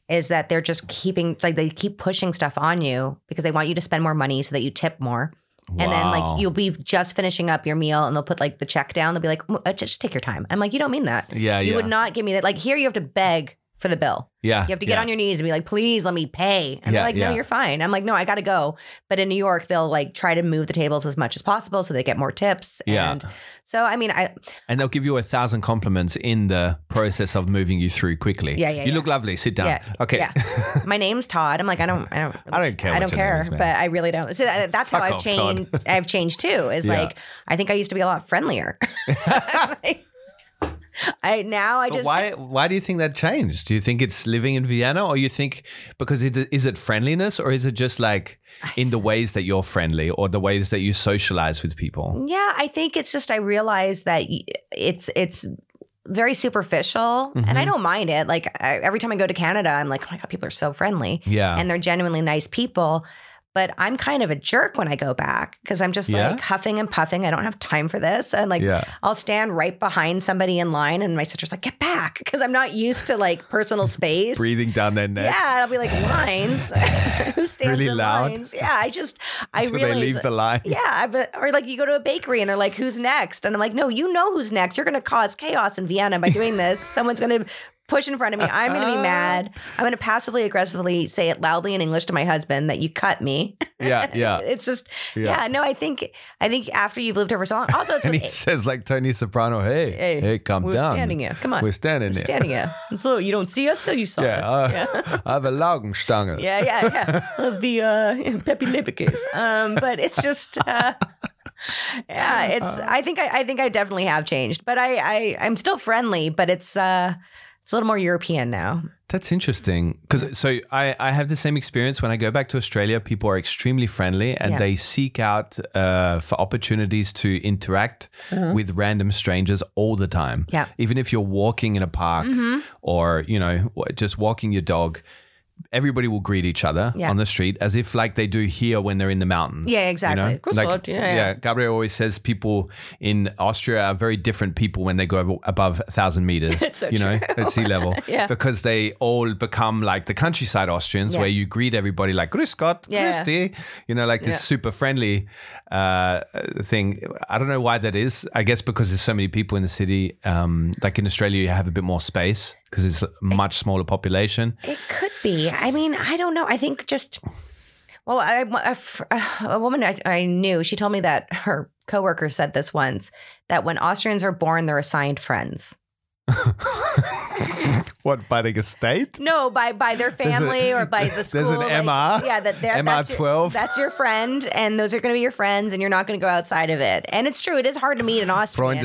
[SPEAKER 1] is that they're just keeping like they keep pushing stuff on you because they want you to spend more money so that you tip more. And then
[SPEAKER 5] Wow.
[SPEAKER 1] like you'll be just finishing up your meal and they'll put like the check down. They'll be like, "Mm, uh, just take your time. I'm like, you don't mean that.
[SPEAKER 5] yeah
[SPEAKER 1] You
[SPEAKER 5] yeah
[SPEAKER 1] would not give me that. Like here, you have to beg for the bill.
[SPEAKER 5] yeah
[SPEAKER 1] You have to get
[SPEAKER 5] yeah.
[SPEAKER 1] on your knees and be like, please let me pay. And
[SPEAKER 5] Yeah,
[SPEAKER 1] they're like, no,
[SPEAKER 5] yeah.
[SPEAKER 1] you're fine. I'm like, no, I got to go. But in New York, they'll like try to move the tables as much as possible so they get more tips.
[SPEAKER 5] Yeah.
[SPEAKER 1] And so, I mean, I,
[SPEAKER 5] and they'll give you a thousand compliments in the process of moving you through quickly
[SPEAKER 1] Yeah, yeah,
[SPEAKER 5] you
[SPEAKER 1] yeah.
[SPEAKER 5] look lovely sit down
[SPEAKER 1] Yeah,
[SPEAKER 5] okay
[SPEAKER 1] yeah. my name's Todd. I'm like, I don't, I don't,
[SPEAKER 5] I don't care
[SPEAKER 1] I
[SPEAKER 5] what
[SPEAKER 1] don't
[SPEAKER 5] your
[SPEAKER 1] care,
[SPEAKER 5] name is, man.
[SPEAKER 1] but I really don't. So that- that's
[SPEAKER 5] Fuck
[SPEAKER 1] how I've
[SPEAKER 5] off,
[SPEAKER 1] changed.
[SPEAKER 5] Todd.
[SPEAKER 1] I've changed too. Is
[SPEAKER 5] Yeah.
[SPEAKER 1] like, I think I used to be a lot friendlier. I now I
[SPEAKER 5] But
[SPEAKER 1] just
[SPEAKER 5] why? Why do you think that changed? Do you think it's living in Vienna, or you think because it, is it friendliness, or is it just like in the ways that you're friendly, or the ways that you socialize with people?
[SPEAKER 1] Yeah, I think it's just I realize that y- it's it's very superficial, and
[SPEAKER 5] Mm-hmm.
[SPEAKER 1] I don't mind it. Like I, every time I go to Canada, I'm like, oh my god, people are so friendly,
[SPEAKER 5] Yeah,
[SPEAKER 1] and they're genuinely nice people. But I'm kind of a jerk when I go back because I'm just
[SPEAKER 5] Yeah?
[SPEAKER 1] like huffing and puffing. I don't have time for this, and like
[SPEAKER 5] Yeah.
[SPEAKER 1] I'll stand right behind somebody in line, and my sister's like, get back because I'm not used to like personal space.
[SPEAKER 5] breathing down their neck.
[SPEAKER 1] Yeah, I'll be like lines. Who stands
[SPEAKER 5] Really
[SPEAKER 1] in
[SPEAKER 5] loud.
[SPEAKER 1] lines? Yeah, I just I
[SPEAKER 5] Till
[SPEAKER 1] realize
[SPEAKER 5] they leave the line.
[SPEAKER 1] yeah, I be- or like you go to a bakery and they're like, "Who's next?" And I'm like, "No, you know who's next. You're going to cause chaos in Vienna by doing this. Someone's going to push in front of me. I'm going to be mad. I'm going to passively aggressively say it loudly in English to my husband that you cut me.
[SPEAKER 5] yeah, yeah.
[SPEAKER 1] It's just,
[SPEAKER 5] Yeah.
[SPEAKER 1] yeah. no, I think, I think after you've lived over so long, also it's
[SPEAKER 5] And
[SPEAKER 1] with,
[SPEAKER 5] he says like Tony Soprano, "Hey, hey,
[SPEAKER 1] Hey,
[SPEAKER 5] come
[SPEAKER 1] we're
[SPEAKER 5] down.
[SPEAKER 1] standing here. Come on,
[SPEAKER 5] We're standing here.
[SPEAKER 1] standing here. And so you don't see us, so you saw
[SPEAKER 5] Yeah,
[SPEAKER 1] us.
[SPEAKER 5] uh,
[SPEAKER 1] yeah.
[SPEAKER 5] I have a Laugenstange.
[SPEAKER 1] Yeah, yeah, yeah. Of the uh, Pepe Le Pew case. Um, but it's just, uh, yeah, it's. I think I, I think I definitely have changed, but I, I I'm still friendly, but it's uh, it's a little more European now.
[SPEAKER 5] That's interesting
[SPEAKER 1] Mm-hmm.
[SPEAKER 5] because so I, I have the same experience when I go back to Australia. People are extremely friendly and
[SPEAKER 1] Yeah.
[SPEAKER 5] they seek out uh, for opportunities to interact with random strangers all the time.
[SPEAKER 1] Uh-huh. Yeah. Mm-hmm.
[SPEAKER 5] even if you're walking in a park or you know w- just walking your dog, everybody will greet each other
[SPEAKER 1] Yeah.
[SPEAKER 5] on the street as if like they do here when they're in the mountains.
[SPEAKER 1] Yeah, exactly. Grüß Gott. Yeah, yeah.
[SPEAKER 5] Gabriel always says people in Austria are very different people when they go over, above a thousand meters.
[SPEAKER 1] so
[SPEAKER 5] you know, at sea level.
[SPEAKER 1] Yeah.
[SPEAKER 5] Because they all become like the countryside Austrians
[SPEAKER 1] Yeah.
[SPEAKER 5] where you greet everybody like Grüß Gott,
[SPEAKER 1] Yeah,
[SPEAKER 5] Grüß
[SPEAKER 1] yeah.
[SPEAKER 5] dich," you know, like this super friendly uh, thing. I don't know why that is. I guess because there's so many people in the city. Um, like in Australia, you have a bit more space because it's a much smaller population.
[SPEAKER 1] It could be. I mean, I don't know. I think just. Well, I, a, fr- a woman I, I knew, she told me that her coworker said this once that when Austrians are born, they're assigned friends.
[SPEAKER 5] What, by the estate?
[SPEAKER 1] No, by by their family or by the school.
[SPEAKER 5] an
[SPEAKER 1] like-
[SPEAKER 5] MR,
[SPEAKER 1] Yeah, that they're that's your-
[SPEAKER 5] MR12.
[SPEAKER 1] That's your friend, and those are going to be your friends, and you're not going to go outside of it. And it's true; it is hard to meet an Austrian. yeah,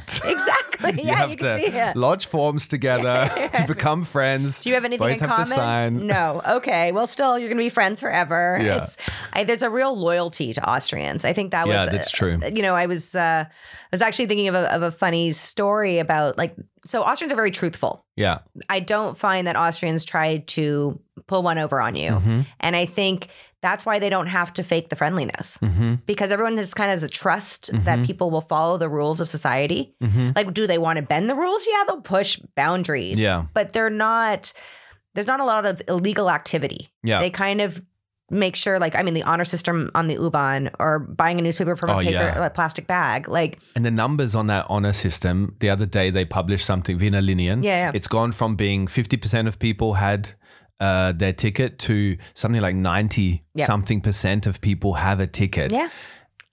[SPEAKER 1] exactly. Yeah, you, can see it.
[SPEAKER 5] lodge forms together to become friends.
[SPEAKER 1] Do you have anything in common? No. Okay. Well, still, you're going to be friends forever.
[SPEAKER 5] Yeah.
[SPEAKER 1] It's, I, there's a real loyalty to Austrians. I think that was.
[SPEAKER 5] Yeah, that's true.
[SPEAKER 1] You know, I was uh, I was actually thinking of a, of a funny story about like so Austrians are very truthful.
[SPEAKER 5] Yeah.
[SPEAKER 1] I don't find that Austrians try to pull one over on you.
[SPEAKER 5] Mm-hmm.
[SPEAKER 1] And I think that's why they don't have to fake the friendliness
[SPEAKER 5] Mm-hmm.
[SPEAKER 1] because everyone just kind of has a trust that people will follow the rules of society.
[SPEAKER 5] Mm-hmm.
[SPEAKER 1] Like, do they want to bend the rules? Yeah, they'll push boundaries.
[SPEAKER 5] Yeah.
[SPEAKER 1] But they're not, there's not a lot of illegal activity.
[SPEAKER 5] Yeah.
[SPEAKER 1] They kind of make sure, like, I mean, the honor system on the Uban or buying a newspaper from
[SPEAKER 5] Oh,
[SPEAKER 1] a paper,
[SPEAKER 5] yeah.
[SPEAKER 1] a plastic bag. Like,
[SPEAKER 5] And the numbers on that honor system, the other day they published something, Vina Linian.
[SPEAKER 1] Yeah, yeah.
[SPEAKER 5] It's gone from being 50% of people had uh, their ticket to something like 90
[SPEAKER 1] Yeah.
[SPEAKER 5] something percent of people have a ticket
[SPEAKER 1] yeah,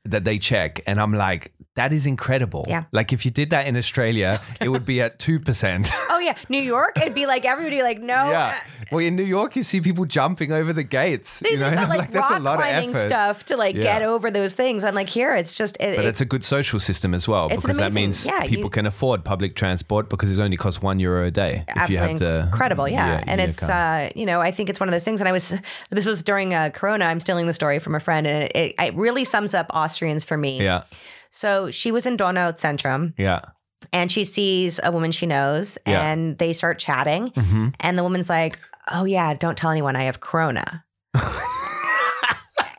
[SPEAKER 5] that they check. And I'm like, that is incredible.
[SPEAKER 1] Yeah.
[SPEAKER 5] Like if you did that in Australia, it would be at 2%.
[SPEAKER 1] oh yeah, New York, it'd be like everybody like, no,
[SPEAKER 5] yeah. Well, in New York, you see people jumping over the gates.
[SPEAKER 1] uh, They,
[SPEAKER 5] you know,
[SPEAKER 1] have got like,
[SPEAKER 5] that's a
[SPEAKER 1] rock
[SPEAKER 5] lot of
[SPEAKER 1] climbing
[SPEAKER 5] effort.
[SPEAKER 1] stuff to like
[SPEAKER 5] Yeah.
[SPEAKER 1] get over those things. I'm like, here, it's just it,
[SPEAKER 5] But
[SPEAKER 1] it-
[SPEAKER 5] it's a good social system as well
[SPEAKER 1] It's an
[SPEAKER 5] because that
[SPEAKER 1] amazing-
[SPEAKER 5] means
[SPEAKER 1] yeah,
[SPEAKER 5] people
[SPEAKER 1] you-
[SPEAKER 5] can afford public transport because it only costs one euro a day. if you
[SPEAKER 1] absolutely
[SPEAKER 5] have the,
[SPEAKER 1] incredible. Yeah. and
[SPEAKER 5] your
[SPEAKER 1] it's,
[SPEAKER 5] car.
[SPEAKER 1] uh, you know, I think it's one of those things. And I was, this was during uh, Corona. I'm stealing the story from a friend and it, it, it really sums up Austrians for me.
[SPEAKER 5] yeah,
[SPEAKER 1] So she was in Donau Centrum
[SPEAKER 5] yeah.
[SPEAKER 1] and she sees a woman she knows
[SPEAKER 5] Yeah.
[SPEAKER 1] and they start chatting.
[SPEAKER 5] hmm
[SPEAKER 1] And the woman's like, oh, yeah, don't tell anyone I have Corona.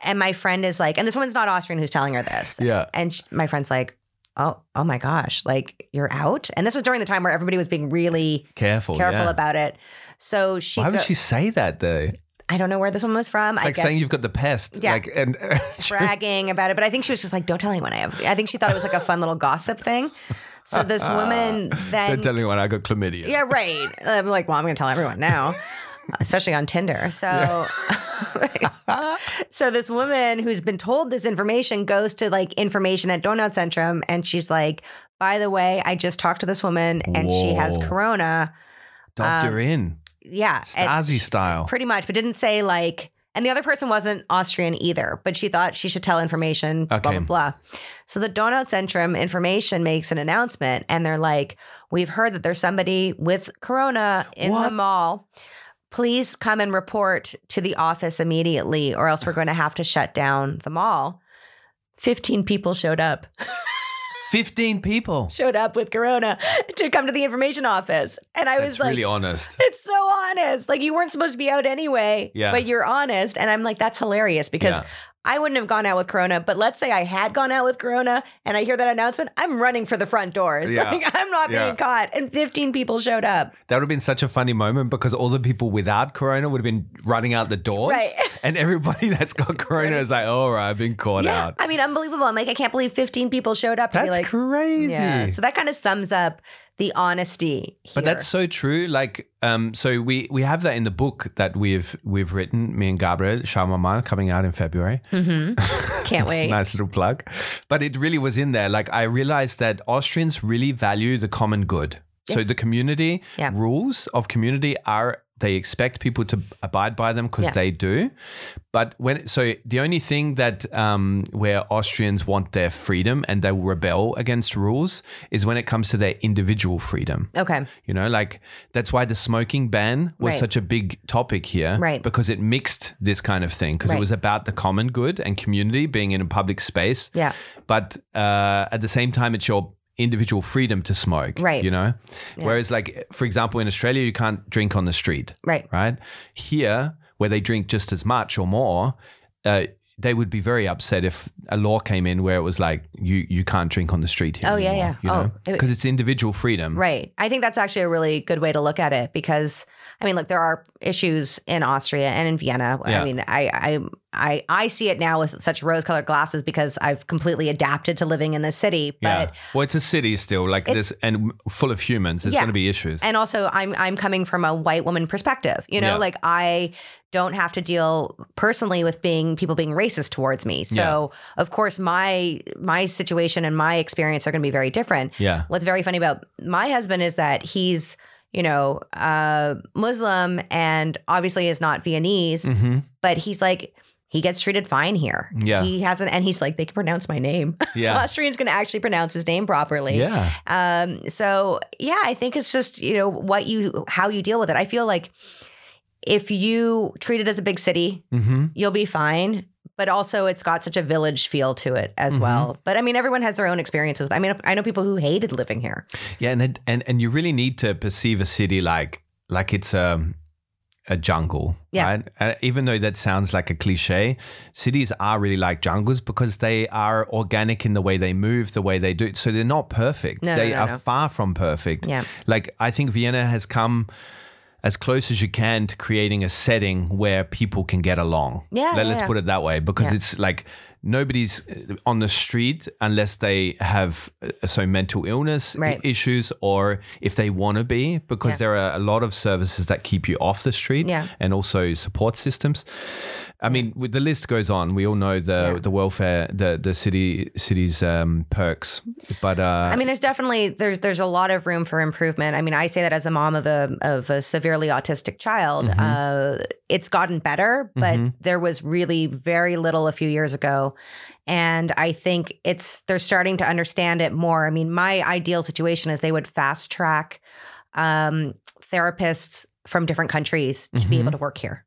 [SPEAKER 1] and my friend is like, and this woman's not Austrian who's telling her this.
[SPEAKER 5] Yeah.
[SPEAKER 1] And sh my friend's like, oh, oh my gosh, like you're out. And this was during the time where everybody was being really
[SPEAKER 5] Careful.
[SPEAKER 1] careful
[SPEAKER 5] yeah.
[SPEAKER 1] about it. So she,
[SPEAKER 5] Why would
[SPEAKER 1] go-
[SPEAKER 5] she say that though? It's
[SPEAKER 1] I don't know where this one was from. I
[SPEAKER 5] like
[SPEAKER 1] guess
[SPEAKER 5] saying you've got the pest.
[SPEAKER 1] Yeah.
[SPEAKER 5] Like and
[SPEAKER 1] bragging about it, but I think she was just like, don't tell anyone I have. I think she thought it was like a fun little gossip thing. So this woman
[SPEAKER 5] don't
[SPEAKER 1] then,
[SPEAKER 5] tell anyone I got chlamydia.
[SPEAKER 1] yeah, right. I'm like, well, I'm going to tell everyone now, especially on Tinder. So, so this woman who's been told this information goes to like information at Donut Centrum, and she's like, by the way, I just talked to this woman, and she has
[SPEAKER 5] Whoa.
[SPEAKER 1] corona.
[SPEAKER 5] Doctor in
[SPEAKER 1] Yeah, Um, and
[SPEAKER 5] Stasi style.
[SPEAKER 1] pretty much, but didn't say like. And the other person wasn't Austrian either, but she thought she should tell information, blah,
[SPEAKER 5] Okay.
[SPEAKER 1] blah, blah. So the Donau Centrum information makes an announcement and they're like, We've heard that there's somebody with corona in
[SPEAKER 5] What?
[SPEAKER 1] the mall. Please come and report to the office immediately, or else we're going to have to shut down the mall. 15 people showed up,
[SPEAKER 5] Fifteen people.
[SPEAKER 1] showed up with corona to come to the information office. And I was
[SPEAKER 5] That's
[SPEAKER 1] like,
[SPEAKER 5] really honest.
[SPEAKER 1] it's so honest. Like you weren't supposed to be out anyway,
[SPEAKER 5] Yeah.
[SPEAKER 1] but you're honest. And I'm like, that's hilarious because
[SPEAKER 5] Yeah.
[SPEAKER 1] I wouldn't have gone out with Corona. But let's say I had gone out with Corona and I hear that announcement, I'm running for the front doors.
[SPEAKER 5] Yeah.
[SPEAKER 1] Like I'm not
[SPEAKER 5] Yeah.
[SPEAKER 1] being caught. And 15 people showed up.
[SPEAKER 5] That would have been such a funny moment because all the people without corona would have been running out the doors.
[SPEAKER 1] Right.
[SPEAKER 5] And everybody that's got corona is like, all right, I've been caught
[SPEAKER 1] yeah.
[SPEAKER 5] out.
[SPEAKER 1] I mean, unbelievable. I'm like, I can't believe 15 people showed up.
[SPEAKER 5] That's
[SPEAKER 1] and you're like,
[SPEAKER 5] crazy.
[SPEAKER 1] Yeah. So that kind of sums up the honesty. Here.
[SPEAKER 5] But that's so true. Like, um, so we we have that in the book that we've we've written. Me and Gabriel Sharmaman coming out in February.
[SPEAKER 1] can't wait.
[SPEAKER 5] Nice little plug. But it really was in there. Like, I realized that Austrians really value the common good. So
[SPEAKER 1] Yes.
[SPEAKER 5] the community
[SPEAKER 1] Yeah.
[SPEAKER 5] rules of community are they expect people to abide by them because
[SPEAKER 1] Yeah.
[SPEAKER 5] they do. But when so the only thing that um, where Austrians want their freedom and they rebel against rules is when it comes to their individual freedom.
[SPEAKER 1] Okay.
[SPEAKER 5] You know, like that's why the smoking ban was
[SPEAKER 1] Right.
[SPEAKER 5] such a big topic here.
[SPEAKER 1] Right.
[SPEAKER 5] Because it mixed this kind of thing, because it
[SPEAKER 1] Right.
[SPEAKER 5] was about the common good and community being in a public space.
[SPEAKER 1] Yeah.
[SPEAKER 5] But uh, at the same time, it's your individual freedom to smoke.
[SPEAKER 1] Right.
[SPEAKER 5] You know? Whereas, like, for example, in Australia, you can't drink on the street,
[SPEAKER 1] Right.
[SPEAKER 5] right? Here, where they drink just as much or more, uh, they would be very upset if a law came in where it was like you you can't drink on the street here.
[SPEAKER 1] Oh, yeah,
[SPEAKER 5] anymore,
[SPEAKER 1] yeah. Oh,
[SPEAKER 5] You know,
[SPEAKER 1] it-
[SPEAKER 5] because it's individual freedom.
[SPEAKER 1] Right. I think that's actually a really good way to look at it because I mean, look, there are issues in Austria and in Vienna.
[SPEAKER 5] Yeah.
[SPEAKER 1] I mean, I, I I I see it now with such rose-colored glasses because I've completely adapted to living in this city. But
[SPEAKER 5] Well, it's a city still, like
[SPEAKER 1] It's-
[SPEAKER 5] this, and full of humans. There's
[SPEAKER 1] Yeah.
[SPEAKER 5] going to be issues.
[SPEAKER 1] and also I'm I'm coming from a white woman perspective. You know,
[SPEAKER 5] Yeah.
[SPEAKER 1] like I don't have to deal personally with being people being racist towards me. So of course my my situation and my experience are gonna be very different.
[SPEAKER 5] yeah.
[SPEAKER 1] What's very funny about my husband is that he's, you know, uh, Muslim and obviously is not Viennese,
[SPEAKER 5] hmm
[SPEAKER 1] but he's like, he gets treated fine here.
[SPEAKER 5] Yeah.
[SPEAKER 1] He hasn't, and he's like, they can pronounce my name.
[SPEAKER 5] Yeah.
[SPEAKER 1] Austrians can actually pronounce his name properly.
[SPEAKER 5] yeah.
[SPEAKER 1] Um, so yeah, I think it's just, you know, what you, how you deal with it. I feel like if you treat it as a big city,
[SPEAKER 5] hmm
[SPEAKER 1] you'll be fine. But also, it's got such a village feel to it as
[SPEAKER 5] Mm-hmm.
[SPEAKER 1] well. But I mean, everyone has their own experiences. with. I mean, I know people who hated living here.
[SPEAKER 5] Yeah. And, it, and and you really need to perceive a city like like it's a a jungle.
[SPEAKER 1] Yeah.
[SPEAKER 5] Right? Uh, even though that sounds like a cliche, cities are really like jungles because they are organic in the way they move, the way they do. So they're not perfect.
[SPEAKER 1] No, no,
[SPEAKER 5] they
[SPEAKER 1] no,
[SPEAKER 5] are
[SPEAKER 1] no.
[SPEAKER 5] far from perfect.
[SPEAKER 1] Yeah.
[SPEAKER 5] Like I think Vienna has come as close as you can to creating a setting where people can get along.
[SPEAKER 1] Yeah,
[SPEAKER 5] Let,
[SPEAKER 1] yeah,
[SPEAKER 5] us
[SPEAKER 1] yeah.
[SPEAKER 5] put it that way because
[SPEAKER 1] Yeah.
[SPEAKER 5] it's like nobody's uh, on the street unless they have uh, so mental illness i-
[SPEAKER 1] Right.
[SPEAKER 5] issues or if they want to be because
[SPEAKER 1] Yeah.
[SPEAKER 5] there are a lot of services that keep you off the street
[SPEAKER 1] Yeah.
[SPEAKER 5] and also support systems. I mean, with the list goes on. We all know the
[SPEAKER 1] Yeah.
[SPEAKER 5] the welfare, the the city city's um, perks, but uh,
[SPEAKER 1] I mean, there's definitely there's there's a lot of room for improvement. I mean, I say that as a mom of a of a severely autistic child. Uh, it's gotten better, but there was really very little a few years ago, and I think it's they're starting to understand it more. I mean, my ideal situation is they would fast track um, therapists from different countries to be
[SPEAKER 5] Mhm.
[SPEAKER 1] able to work here.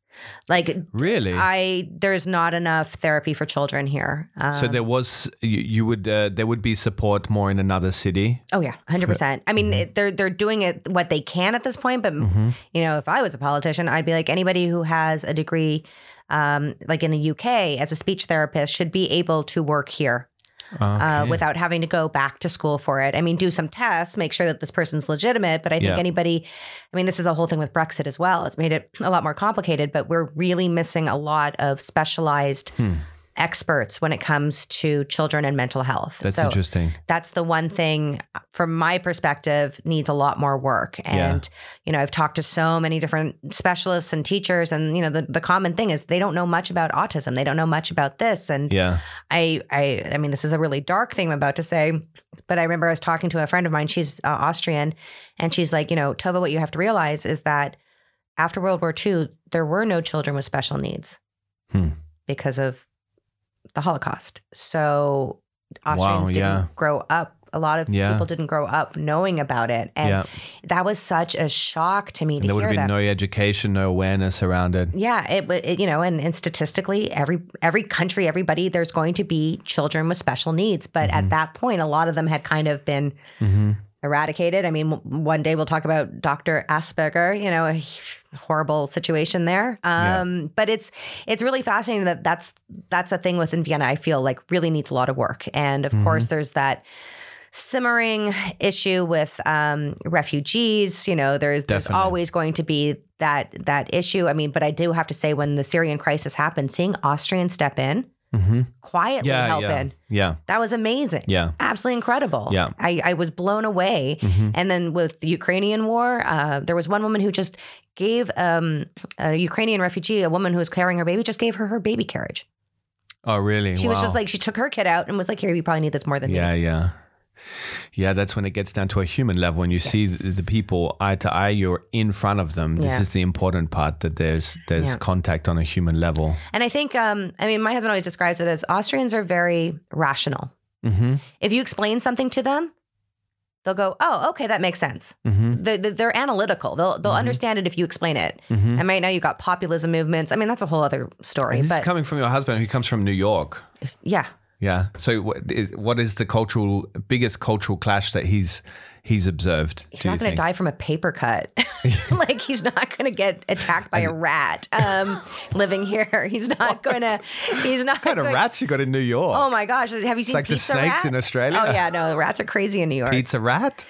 [SPEAKER 1] Like
[SPEAKER 5] really,
[SPEAKER 1] I, there's not enough therapy for children here. Um,
[SPEAKER 5] so there was you, you would uh, there would be support more in another city.
[SPEAKER 1] Oh yeah, hundred percent. I
[SPEAKER 5] Mm-hmm.
[SPEAKER 1] mean, it, they're they're doing it what they can at this point. But you know, if I was a politician, I'd be like anybody who has a degree, um, like in the UK as a speech therapist, should be able to work here uh,
[SPEAKER 5] Okay.
[SPEAKER 1] without having to go back to school for it. I mean, do some tests, make sure that this person's legitimate. But I think
[SPEAKER 5] Yeah.
[SPEAKER 1] anybody, I mean, this is the whole thing with Brexit as well. It's made it a lot more complicated, but we're really missing a lot of specialized
[SPEAKER 5] Hmm.
[SPEAKER 1] experts when it comes to children and mental health.
[SPEAKER 5] That's
[SPEAKER 1] So
[SPEAKER 5] interesting.
[SPEAKER 1] That's the one thing, from my perspective, needs a lot more work. And, you know, I've talked to so many different specialists and teachers, and, you know, the, the common thing is they don't know much about autism. They don't know much about this. And,
[SPEAKER 5] Yeah.
[SPEAKER 1] I, I, I mean, this is a really dark thing I'm about to say, but I remember I was talking to a friend of mine. She's uh, Austrian, and she's like, you know, Tova, what you have to realize is that after World War II, there were no children with special needs
[SPEAKER 5] Hmm.
[SPEAKER 1] because of the Holocaust. So Austrians
[SPEAKER 5] Wow,
[SPEAKER 1] didn't
[SPEAKER 5] yeah.
[SPEAKER 1] grow up. A lot of
[SPEAKER 5] Yeah.
[SPEAKER 1] people didn't grow up knowing about it, and
[SPEAKER 5] yeah.
[SPEAKER 1] that was such a shock to me
[SPEAKER 5] And
[SPEAKER 1] to
[SPEAKER 5] there would
[SPEAKER 1] hear
[SPEAKER 5] have been
[SPEAKER 1] that.
[SPEAKER 5] no education, no awareness around it.
[SPEAKER 1] Yeah, it, wa- it you know, and, and statistically, every every country, everybody, there's going to be children with special needs. But at that point, a lot of them had kind of been eradicated. I mean, w- one day we'll talk about Dr. Asperger. You know, a horrible situation there. Um, But it's it's really fascinating that that's that's a thing within Vienna. I feel like really needs a lot of work, and of
[SPEAKER 5] Mm-hmm.
[SPEAKER 1] course, there's that. Simmering issue with um, refugees, you know, there's there's
[SPEAKER 5] Definitely.
[SPEAKER 1] always going to be that that issue. I mean, but I do have to say, when the Syrian crisis happened, seeing Austrians step in
[SPEAKER 5] Mm-hmm.
[SPEAKER 1] quietly
[SPEAKER 5] Yeah,
[SPEAKER 1] help
[SPEAKER 5] yeah,
[SPEAKER 1] in
[SPEAKER 5] yeah.
[SPEAKER 1] that was amazing.
[SPEAKER 5] Yeah.
[SPEAKER 1] Absolutely incredible.
[SPEAKER 5] Yeah. Mm-hmm.
[SPEAKER 1] I, I was blown away. And then with the Ukrainian war, uh, there was one woman who just gave um, a Ukrainian refugee, a woman who was carrying her baby, just gave her her baby carriage.
[SPEAKER 5] Oh, really?
[SPEAKER 1] She was
[SPEAKER 5] Wow.
[SPEAKER 1] just like, she took her kid out and was like, here, you probably need this more than
[SPEAKER 5] Yeah,
[SPEAKER 1] me.
[SPEAKER 5] yeah. Yeah, that's when it gets down to a human level and you see
[SPEAKER 1] Yes.
[SPEAKER 5] th- the people eye to eye, you're in front of them. This
[SPEAKER 1] Yeah.
[SPEAKER 5] is the important part that there's there's
[SPEAKER 1] Yeah.
[SPEAKER 5] contact on a human level.
[SPEAKER 1] And I think, um, I mean, my husband always describes it as Austrians are very rational.
[SPEAKER 5] Mm-hmm.
[SPEAKER 1] If you explain something to them, they'll go, oh, okay, that makes sense.
[SPEAKER 5] Mm-hmm.
[SPEAKER 1] They're, they're- they're analytical. They'll, they'll understand it if you explain it.
[SPEAKER 5] Mm-hmm.
[SPEAKER 1] And right now you got populism movements. I mean, that's a whole other story.
[SPEAKER 5] This
[SPEAKER 1] but
[SPEAKER 5] is coming from your husband who comes from New York.
[SPEAKER 1] yeah.
[SPEAKER 5] Yeah. So what is, what is the cultural biggest cultural clash that he's he's observed?
[SPEAKER 1] He's
[SPEAKER 5] do you
[SPEAKER 1] not going to
[SPEAKER 5] think?
[SPEAKER 1] die from a paper cut. like he's not going to get attacked by a rat um, living here. He's not going to. He's not.
[SPEAKER 5] What kind of
[SPEAKER 1] going-
[SPEAKER 5] rats you got in New York?
[SPEAKER 1] Oh my gosh! Have you seen
[SPEAKER 5] like the
[SPEAKER 1] pizza rat?
[SPEAKER 5] snakes in Australia.
[SPEAKER 1] Oh yeah, no, rats are crazy in New York.
[SPEAKER 5] Pizza rat?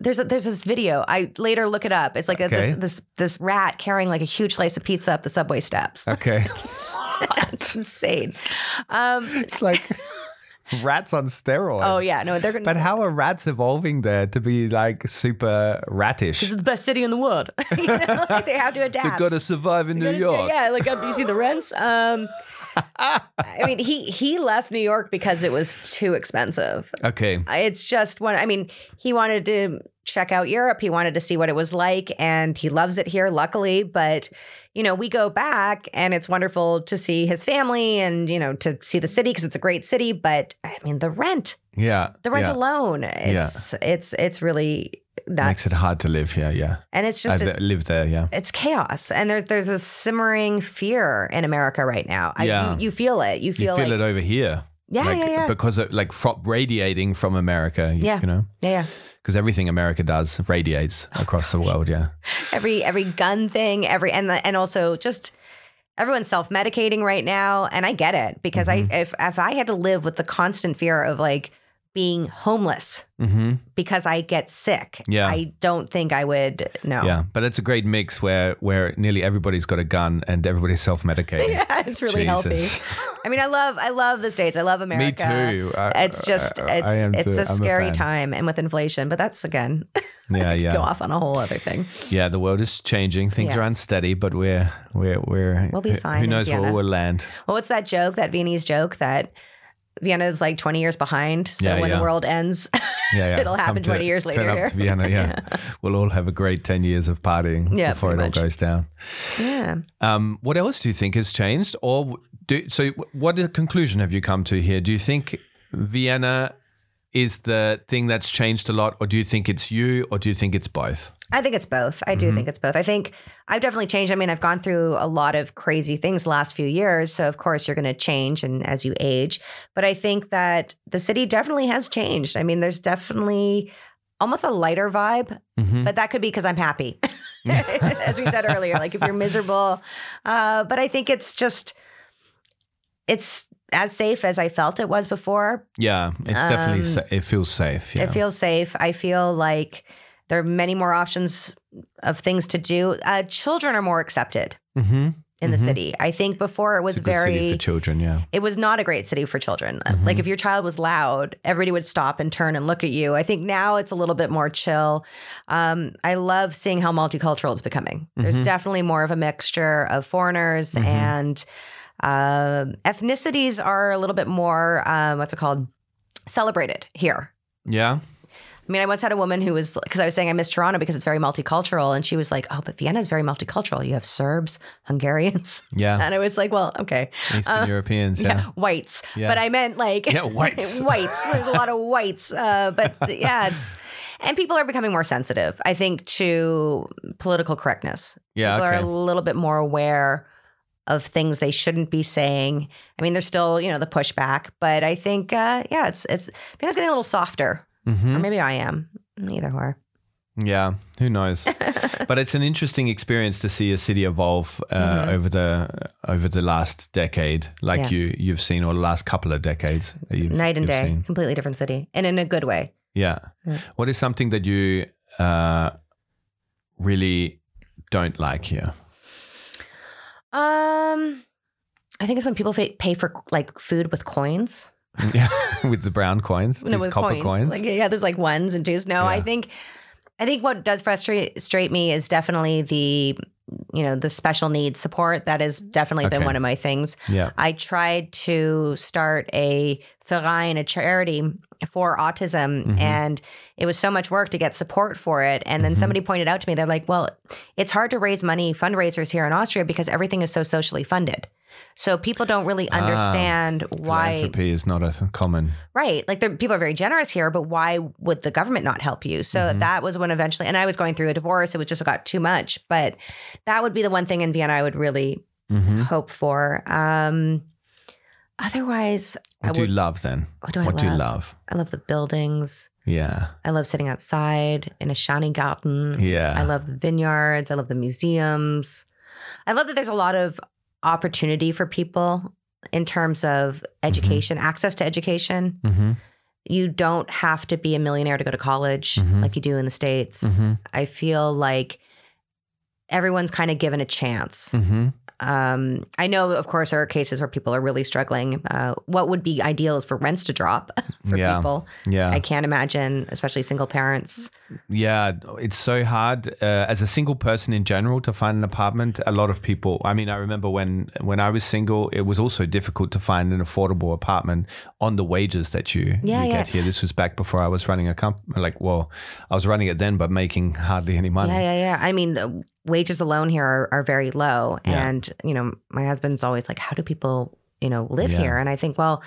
[SPEAKER 1] There's a, there's this video. I later look it up. It's like a,
[SPEAKER 5] Okay.
[SPEAKER 1] this, this this rat carrying like a huge slice of pizza up the subway steps.
[SPEAKER 5] Okay.
[SPEAKER 1] it's insane.
[SPEAKER 5] it's like rats on steroids.
[SPEAKER 1] Oh yeah, no, they're going.
[SPEAKER 5] But how are rats evolving there to be like super
[SPEAKER 1] This
[SPEAKER 5] ratish?
[SPEAKER 1] is the best city in the world. You know, like, they have to adapt.
[SPEAKER 5] They've got to survive in New
[SPEAKER 1] You know what I'm
[SPEAKER 5] York.
[SPEAKER 1] saying? Yeah, like up, you see the rents. Um, I mean, he he left New York because it was too expensive.
[SPEAKER 5] Okay.
[SPEAKER 1] It's just one. I mean, he wanted to check out Europe. He wanted to see what it was like, and he loves it here, luckily. But you know, we go back, and it's wonderful to see his family, and you know, to see the city because it's a great city. But I mean, the rent,
[SPEAKER 5] Yeah.
[SPEAKER 1] the rent
[SPEAKER 5] yeah.
[SPEAKER 1] alone, it's it's it's really nuts,
[SPEAKER 5] makes it hard to live here. Yeah.
[SPEAKER 1] and it's
[SPEAKER 5] I
[SPEAKER 1] just it's,
[SPEAKER 5] live there. Yeah.
[SPEAKER 1] it's chaos and there's there's a simmering fear in america right now I,
[SPEAKER 5] Yeah.
[SPEAKER 1] you, you feel it you
[SPEAKER 5] You
[SPEAKER 1] feel,
[SPEAKER 5] feel
[SPEAKER 1] like,
[SPEAKER 5] it over here.
[SPEAKER 1] yeah,
[SPEAKER 5] like,
[SPEAKER 1] yeah yeah
[SPEAKER 5] Because of, like fro- radiating from America. You,
[SPEAKER 1] Yeah.
[SPEAKER 5] You know,
[SPEAKER 1] yeah yeah
[SPEAKER 5] because everything America does radiates across the world. Yeah.
[SPEAKER 1] every every gun thing every and the, and also just everyone's
[SPEAKER 5] Mm-hmm.
[SPEAKER 1] self-medicating right now and i get it because i if if i had to live with the constant fear of like being homeless
[SPEAKER 5] Mm-hmm.
[SPEAKER 1] because I get sick.
[SPEAKER 5] Yeah.
[SPEAKER 1] I don't think I would know.
[SPEAKER 5] Yeah, but it's a great mix where where nearly everybody's got a gun and everybody's self medicating.
[SPEAKER 1] Yeah, it's really
[SPEAKER 5] Jesus.
[SPEAKER 1] healthy. I mean, I love I love the states. I love
[SPEAKER 5] Me
[SPEAKER 1] America.
[SPEAKER 5] too. I-
[SPEAKER 1] It's just
[SPEAKER 5] I- I
[SPEAKER 1] it's
[SPEAKER 5] am
[SPEAKER 1] it's
[SPEAKER 5] too.
[SPEAKER 1] a
[SPEAKER 5] I'm
[SPEAKER 1] scary
[SPEAKER 5] fan.
[SPEAKER 1] time and with inflation, but that's again
[SPEAKER 5] Yeah,
[SPEAKER 1] go
[SPEAKER 5] yeah,
[SPEAKER 1] off on a whole other thing.
[SPEAKER 5] yeah. The world is changing. Things are
[SPEAKER 1] Yes.
[SPEAKER 5] unsteady, but we're we're we're
[SPEAKER 1] We'll be
[SPEAKER 5] who-
[SPEAKER 1] fine
[SPEAKER 5] Who
[SPEAKER 1] in
[SPEAKER 5] knows where
[SPEAKER 1] Vienna.
[SPEAKER 5] we'll land?
[SPEAKER 1] Well, what's that joke? That Viennese joke that Vienna's like twenty years behind. So
[SPEAKER 5] Yeah,
[SPEAKER 1] when
[SPEAKER 5] yeah.
[SPEAKER 1] the world ends,
[SPEAKER 5] Yeah, yeah.
[SPEAKER 1] It'll happen 20 years
[SPEAKER 5] turn
[SPEAKER 1] later
[SPEAKER 5] up
[SPEAKER 1] here.
[SPEAKER 5] to Vienna. Yeah. we'll all have a great ten years of partying
[SPEAKER 1] Yeah,
[SPEAKER 5] before it
[SPEAKER 1] pretty
[SPEAKER 5] all
[SPEAKER 1] much.
[SPEAKER 5] goes down.
[SPEAKER 1] yeah.
[SPEAKER 5] Um, what else do you think has changed, or do so? What conclusion have you come to here? Do you think Vienna is the thing that's changed a lot, or do you think it's you, or do you think it's both?
[SPEAKER 1] I think it's both. I
[SPEAKER 5] Mm-hmm.
[SPEAKER 1] do think it's both. I think I've definitely changed. I mean, I've gone through a lot of crazy things the last few years, so of course you're going to change and as you age. But I think that the city definitely has changed. I mean, there's definitely almost a lighter vibe,
[SPEAKER 5] Mm-hmm.
[SPEAKER 1] but that could be because I'm happy. as we said earlier, like if you're miserable, uh, but I think it's just it's as safe as I felt it was before,
[SPEAKER 5] Yeah, it's
[SPEAKER 1] Um,
[SPEAKER 5] definitely sa- it feels safe. Yeah.
[SPEAKER 1] it feels safe. I feel like there are many more options of things to do. Uh, children are more accepted
[SPEAKER 5] mm-hmm.
[SPEAKER 1] in the
[SPEAKER 5] Mhm.
[SPEAKER 1] city. I think before it was
[SPEAKER 5] it's a good city for
[SPEAKER 1] very.
[SPEAKER 5] children. Yeah,
[SPEAKER 1] It was not a great city for children.
[SPEAKER 5] Mhm.
[SPEAKER 1] Like if your child was loud, everybody would stop and turn and look at you. I think now it's a little bit more chill. Um, I love seeing how multicultural it's becoming. There's
[SPEAKER 5] Mhm.
[SPEAKER 1] definitely more of a mixture of foreigners
[SPEAKER 5] Mhm.
[SPEAKER 1] and um ethnicities are a little bit more um, what's it called celebrated here.
[SPEAKER 5] yeah.
[SPEAKER 1] I mean, I once had a woman who was because I was saying I miss Toronto because it's very multicultural, and she was like, "Oh, but Vienna is very multicultural. You have Serbs, Hungarians,"
[SPEAKER 5] Yeah,
[SPEAKER 1] and I was like, "Well, okay,
[SPEAKER 5] Eastern
[SPEAKER 1] uh,
[SPEAKER 5] Europeans.
[SPEAKER 1] yeah,
[SPEAKER 5] Oh. Yeah,
[SPEAKER 1] whites."
[SPEAKER 5] Yeah.
[SPEAKER 1] But I meant like
[SPEAKER 5] Yeah, whites.
[SPEAKER 1] whites. There's a lot of whites, uh, but th- yeah, it's and people are becoming more sensitive. I think to political correctness.
[SPEAKER 5] yeah.
[SPEAKER 1] people are a
[SPEAKER 5] okay.
[SPEAKER 1] little bit more aware of things they shouldn't be saying. I mean, there's still you know the pushback, but I think uh, yeah, it's it's Vienna's getting a little softer
[SPEAKER 5] Mhm.
[SPEAKER 1] or maybe I am. Either or.
[SPEAKER 5] Yeah, who knows? but it's an interesting experience to see a city evolve uh,
[SPEAKER 1] Mhm.
[SPEAKER 5] over the uh, over the last decade, like
[SPEAKER 1] Yeah.
[SPEAKER 5] you you've seen, or the last couple of decades. that you've-
[SPEAKER 1] Night and
[SPEAKER 5] you've
[SPEAKER 1] day,
[SPEAKER 5] seen.
[SPEAKER 1] completely different city, and in a good way.
[SPEAKER 5] Yeah.
[SPEAKER 1] Yeah.
[SPEAKER 5] What is something that you uh, really don't like here?
[SPEAKER 1] Um, I think it's when people fa- pay for like food with coins.
[SPEAKER 5] Yeah, with the brown coins,
[SPEAKER 1] No,
[SPEAKER 5] these
[SPEAKER 1] with
[SPEAKER 5] copper coins.
[SPEAKER 1] Like, yeah, there's like ones and twos. No, I
[SPEAKER 5] Yeah.
[SPEAKER 1] think, I think what does frustrate straight me is definitely the, you know, the special needs support. That has definitely been
[SPEAKER 5] Okay.
[SPEAKER 1] one of my things.
[SPEAKER 5] yeah.
[SPEAKER 1] I tried to start a verein, a charity for autism,
[SPEAKER 5] Mhm.
[SPEAKER 1] and it was so much work to get support for it. And then
[SPEAKER 5] Mhm.
[SPEAKER 1] somebody pointed out to me, they're like, well, it's hard to raise money, fundraisers here in Austria, because everything is so socially funded. So people don't really
[SPEAKER 5] Ah,
[SPEAKER 1] understand why,
[SPEAKER 5] Philanthropy is not a th- common.
[SPEAKER 1] right? Like they're- people are very generous here, but why would the government not help you? So
[SPEAKER 5] Mhm.
[SPEAKER 1] that was when eventually, and I was going through a divorce. It was just got too much, but that would be the one thing in Vienna I would really
[SPEAKER 5] Mm-hmm.
[SPEAKER 1] hope for. Um, otherwise,
[SPEAKER 5] What
[SPEAKER 1] I
[SPEAKER 5] do
[SPEAKER 1] would,
[SPEAKER 5] you love then?
[SPEAKER 1] what do I
[SPEAKER 5] what
[SPEAKER 1] love?
[SPEAKER 5] do you love?
[SPEAKER 1] I love the buildings.
[SPEAKER 5] Yeah.
[SPEAKER 1] I love sitting outside in a shiny garden.
[SPEAKER 5] Yeah.
[SPEAKER 1] Mm-hmm. I love the vineyards. I love the museums. I love that there's a lot of opportunity for people in terms of education, access to education.
[SPEAKER 5] Mm-hmm.
[SPEAKER 1] You don't have to be a millionaire to go to college
[SPEAKER 5] Mhm.
[SPEAKER 1] like you do in the States.
[SPEAKER 5] Mm-hmm.
[SPEAKER 1] I feel like everyone's kind of given a chance.
[SPEAKER 5] Mm-hmm.
[SPEAKER 1] Um, I know, of course, there are cases where people are really struggling. Uh, what would be ideal is for rents to drop for
[SPEAKER 5] Yeah.
[SPEAKER 1] people.
[SPEAKER 5] Yeah.
[SPEAKER 1] I can't imagine, especially single parents.
[SPEAKER 5] Yeah, it's so hard uh, as a single person in general to find an apartment. A lot of people. I mean, I remember when when I was single, it was also difficult to find an affordable apartment on the wages that you,
[SPEAKER 1] Yeah,
[SPEAKER 5] you
[SPEAKER 1] yeah.
[SPEAKER 5] get here. This was back before I was running a company. Like, well, I was running it then, but making hardly any money.
[SPEAKER 1] Yeah, yeah, yeah. I mean, uh, wages alone here are, are very low.
[SPEAKER 5] Yeah.
[SPEAKER 1] And, you know, my husband's always like, how do people, you know, live
[SPEAKER 5] Yeah.
[SPEAKER 1] here? And I think, well,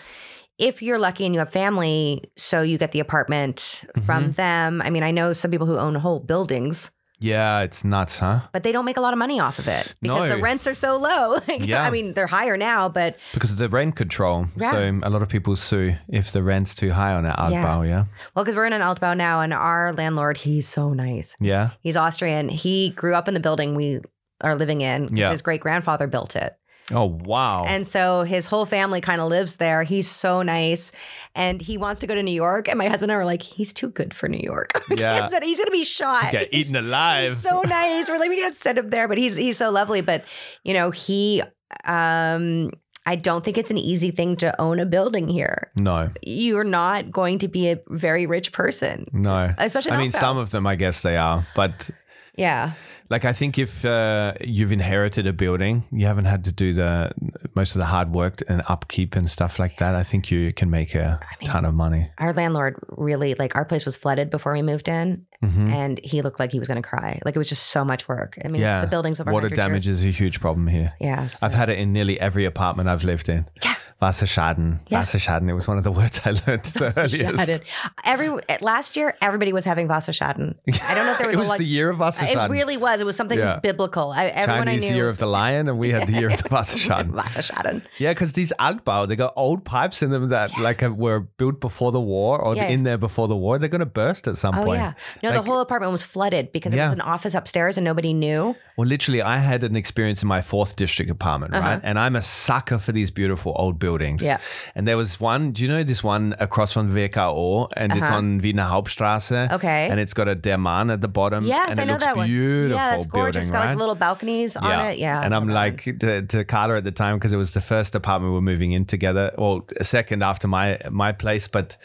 [SPEAKER 1] if you're lucky and you have family, so you get the apartment
[SPEAKER 5] Mm-hmm.
[SPEAKER 1] from them. I mean, I know some people who own whole buildings,
[SPEAKER 5] Yeah, it's nuts, huh?
[SPEAKER 1] but they don't make a lot of money off of it because
[SPEAKER 5] No.
[SPEAKER 1] the rents are so low. Like,
[SPEAKER 5] Yeah.
[SPEAKER 1] I mean, they're higher now, but
[SPEAKER 5] Because of the rent control.
[SPEAKER 1] Yeah.
[SPEAKER 5] So a lot of people sue if the rent's too high on an Altbau. Yeah.
[SPEAKER 1] Well, because we're in an Altbau now, and our landlord, he's so nice.
[SPEAKER 5] Yeah.
[SPEAKER 1] He's Austrian. He grew up in the building we are living in because
[SPEAKER 5] Yeah.
[SPEAKER 1] his great grandfather built it.
[SPEAKER 5] Oh wow.
[SPEAKER 1] And so his whole family kind of lives there. He's so nice. And he wants to go to New York. And my husband and I were like, he's too good for New York. We
[SPEAKER 5] Yeah.
[SPEAKER 1] can't send- he's going to be shot.
[SPEAKER 5] Get
[SPEAKER 1] He's-
[SPEAKER 5] eaten alive.
[SPEAKER 1] He's so nice. We're like, we can't send him there, but he's he's so lovely. But you know, he um I don't think it's an easy thing to own a building here.
[SPEAKER 5] no,
[SPEAKER 1] You're not going to be a very rich person.
[SPEAKER 5] no.
[SPEAKER 1] Especially
[SPEAKER 5] I
[SPEAKER 1] in
[SPEAKER 5] mean,
[SPEAKER 1] Oakville.
[SPEAKER 5] some of them, I guess they are, but
[SPEAKER 1] Yeah.
[SPEAKER 5] like I think if uh, you've inherited a building, you haven't had to do the most of the hard work and upkeep and stuff like that. I think you can make a ton of money.
[SPEAKER 1] Our landlord really like our place was flooded before we moved in
[SPEAKER 5] Mhm.
[SPEAKER 1] and he looked like he was gonna cry. Like it was just so much work. I mean
[SPEAKER 5] Yeah,
[SPEAKER 1] the buildings over
[SPEAKER 5] water
[SPEAKER 1] 100 years.
[SPEAKER 5] damage is a huge problem here.
[SPEAKER 1] Yes.
[SPEAKER 5] I've had it in nearly every apartment I've lived in.
[SPEAKER 1] Yeah.
[SPEAKER 5] Wasserschaden.
[SPEAKER 1] Yeah.
[SPEAKER 5] Wasserschaden. It was one of the words I learned the earliest.
[SPEAKER 1] Schaden. Every last year, everybody was having Wasserschaden. I don't know if there was,
[SPEAKER 5] it
[SPEAKER 1] a
[SPEAKER 5] was
[SPEAKER 1] lot.
[SPEAKER 5] the year of
[SPEAKER 1] it
[SPEAKER 5] Wasserschaden.
[SPEAKER 1] really was. It was something
[SPEAKER 5] Yeah.
[SPEAKER 1] biblical. I, everyone
[SPEAKER 5] Chinese
[SPEAKER 1] I knew
[SPEAKER 5] year
[SPEAKER 1] was
[SPEAKER 5] of the lion, and we had the year of the Wasserschaden.
[SPEAKER 1] Wasserschaden.
[SPEAKER 5] Yeah, because these Altbau, they got old pipes in them that like have- were built before the war or
[SPEAKER 1] Yeah.
[SPEAKER 5] in there before the war. They're going to burst at some
[SPEAKER 1] Oh
[SPEAKER 5] point.
[SPEAKER 1] yeah, no, the
[SPEAKER 5] Like-
[SPEAKER 1] whole apartment was flooded because it
[SPEAKER 5] Yeah.
[SPEAKER 1] was an office upstairs and nobody knew.
[SPEAKER 5] Well, literally, I had an experience in my fourth district apartment, right? And I'm a sucker for these beautiful old buildings.
[SPEAKER 1] Uh-huh. Yeah.
[SPEAKER 5] And there was one, do you know this one across from VKO? And it's on Wiener Hauptstraße.
[SPEAKER 1] Uh-huh. Okay.
[SPEAKER 5] And it's got a Der Mann at the bottom.
[SPEAKER 1] Yes,
[SPEAKER 5] Um, and
[SPEAKER 1] I
[SPEAKER 5] it
[SPEAKER 1] know
[SPEAKER 5] looks
[SPEAKER 1] that one.
[SPEAKER 5] beautiful
[SPEAKER 1] yeah, it's gorgeous.
[SPEAKER 5] building,
[SPEAKER 1] Got
[SPEAKER 5] right?
[SPEAKER 1] like little balconies on it. Yeah,
[SPEAKER 5] And
[SPEAKER 1] I
[SPEAKER 5] I'm
[SPEAKER 1] love
[SPEAKER 5] like to, to Carla at the time because it was the first apartment we were moving in together. Well, a second after my my place, but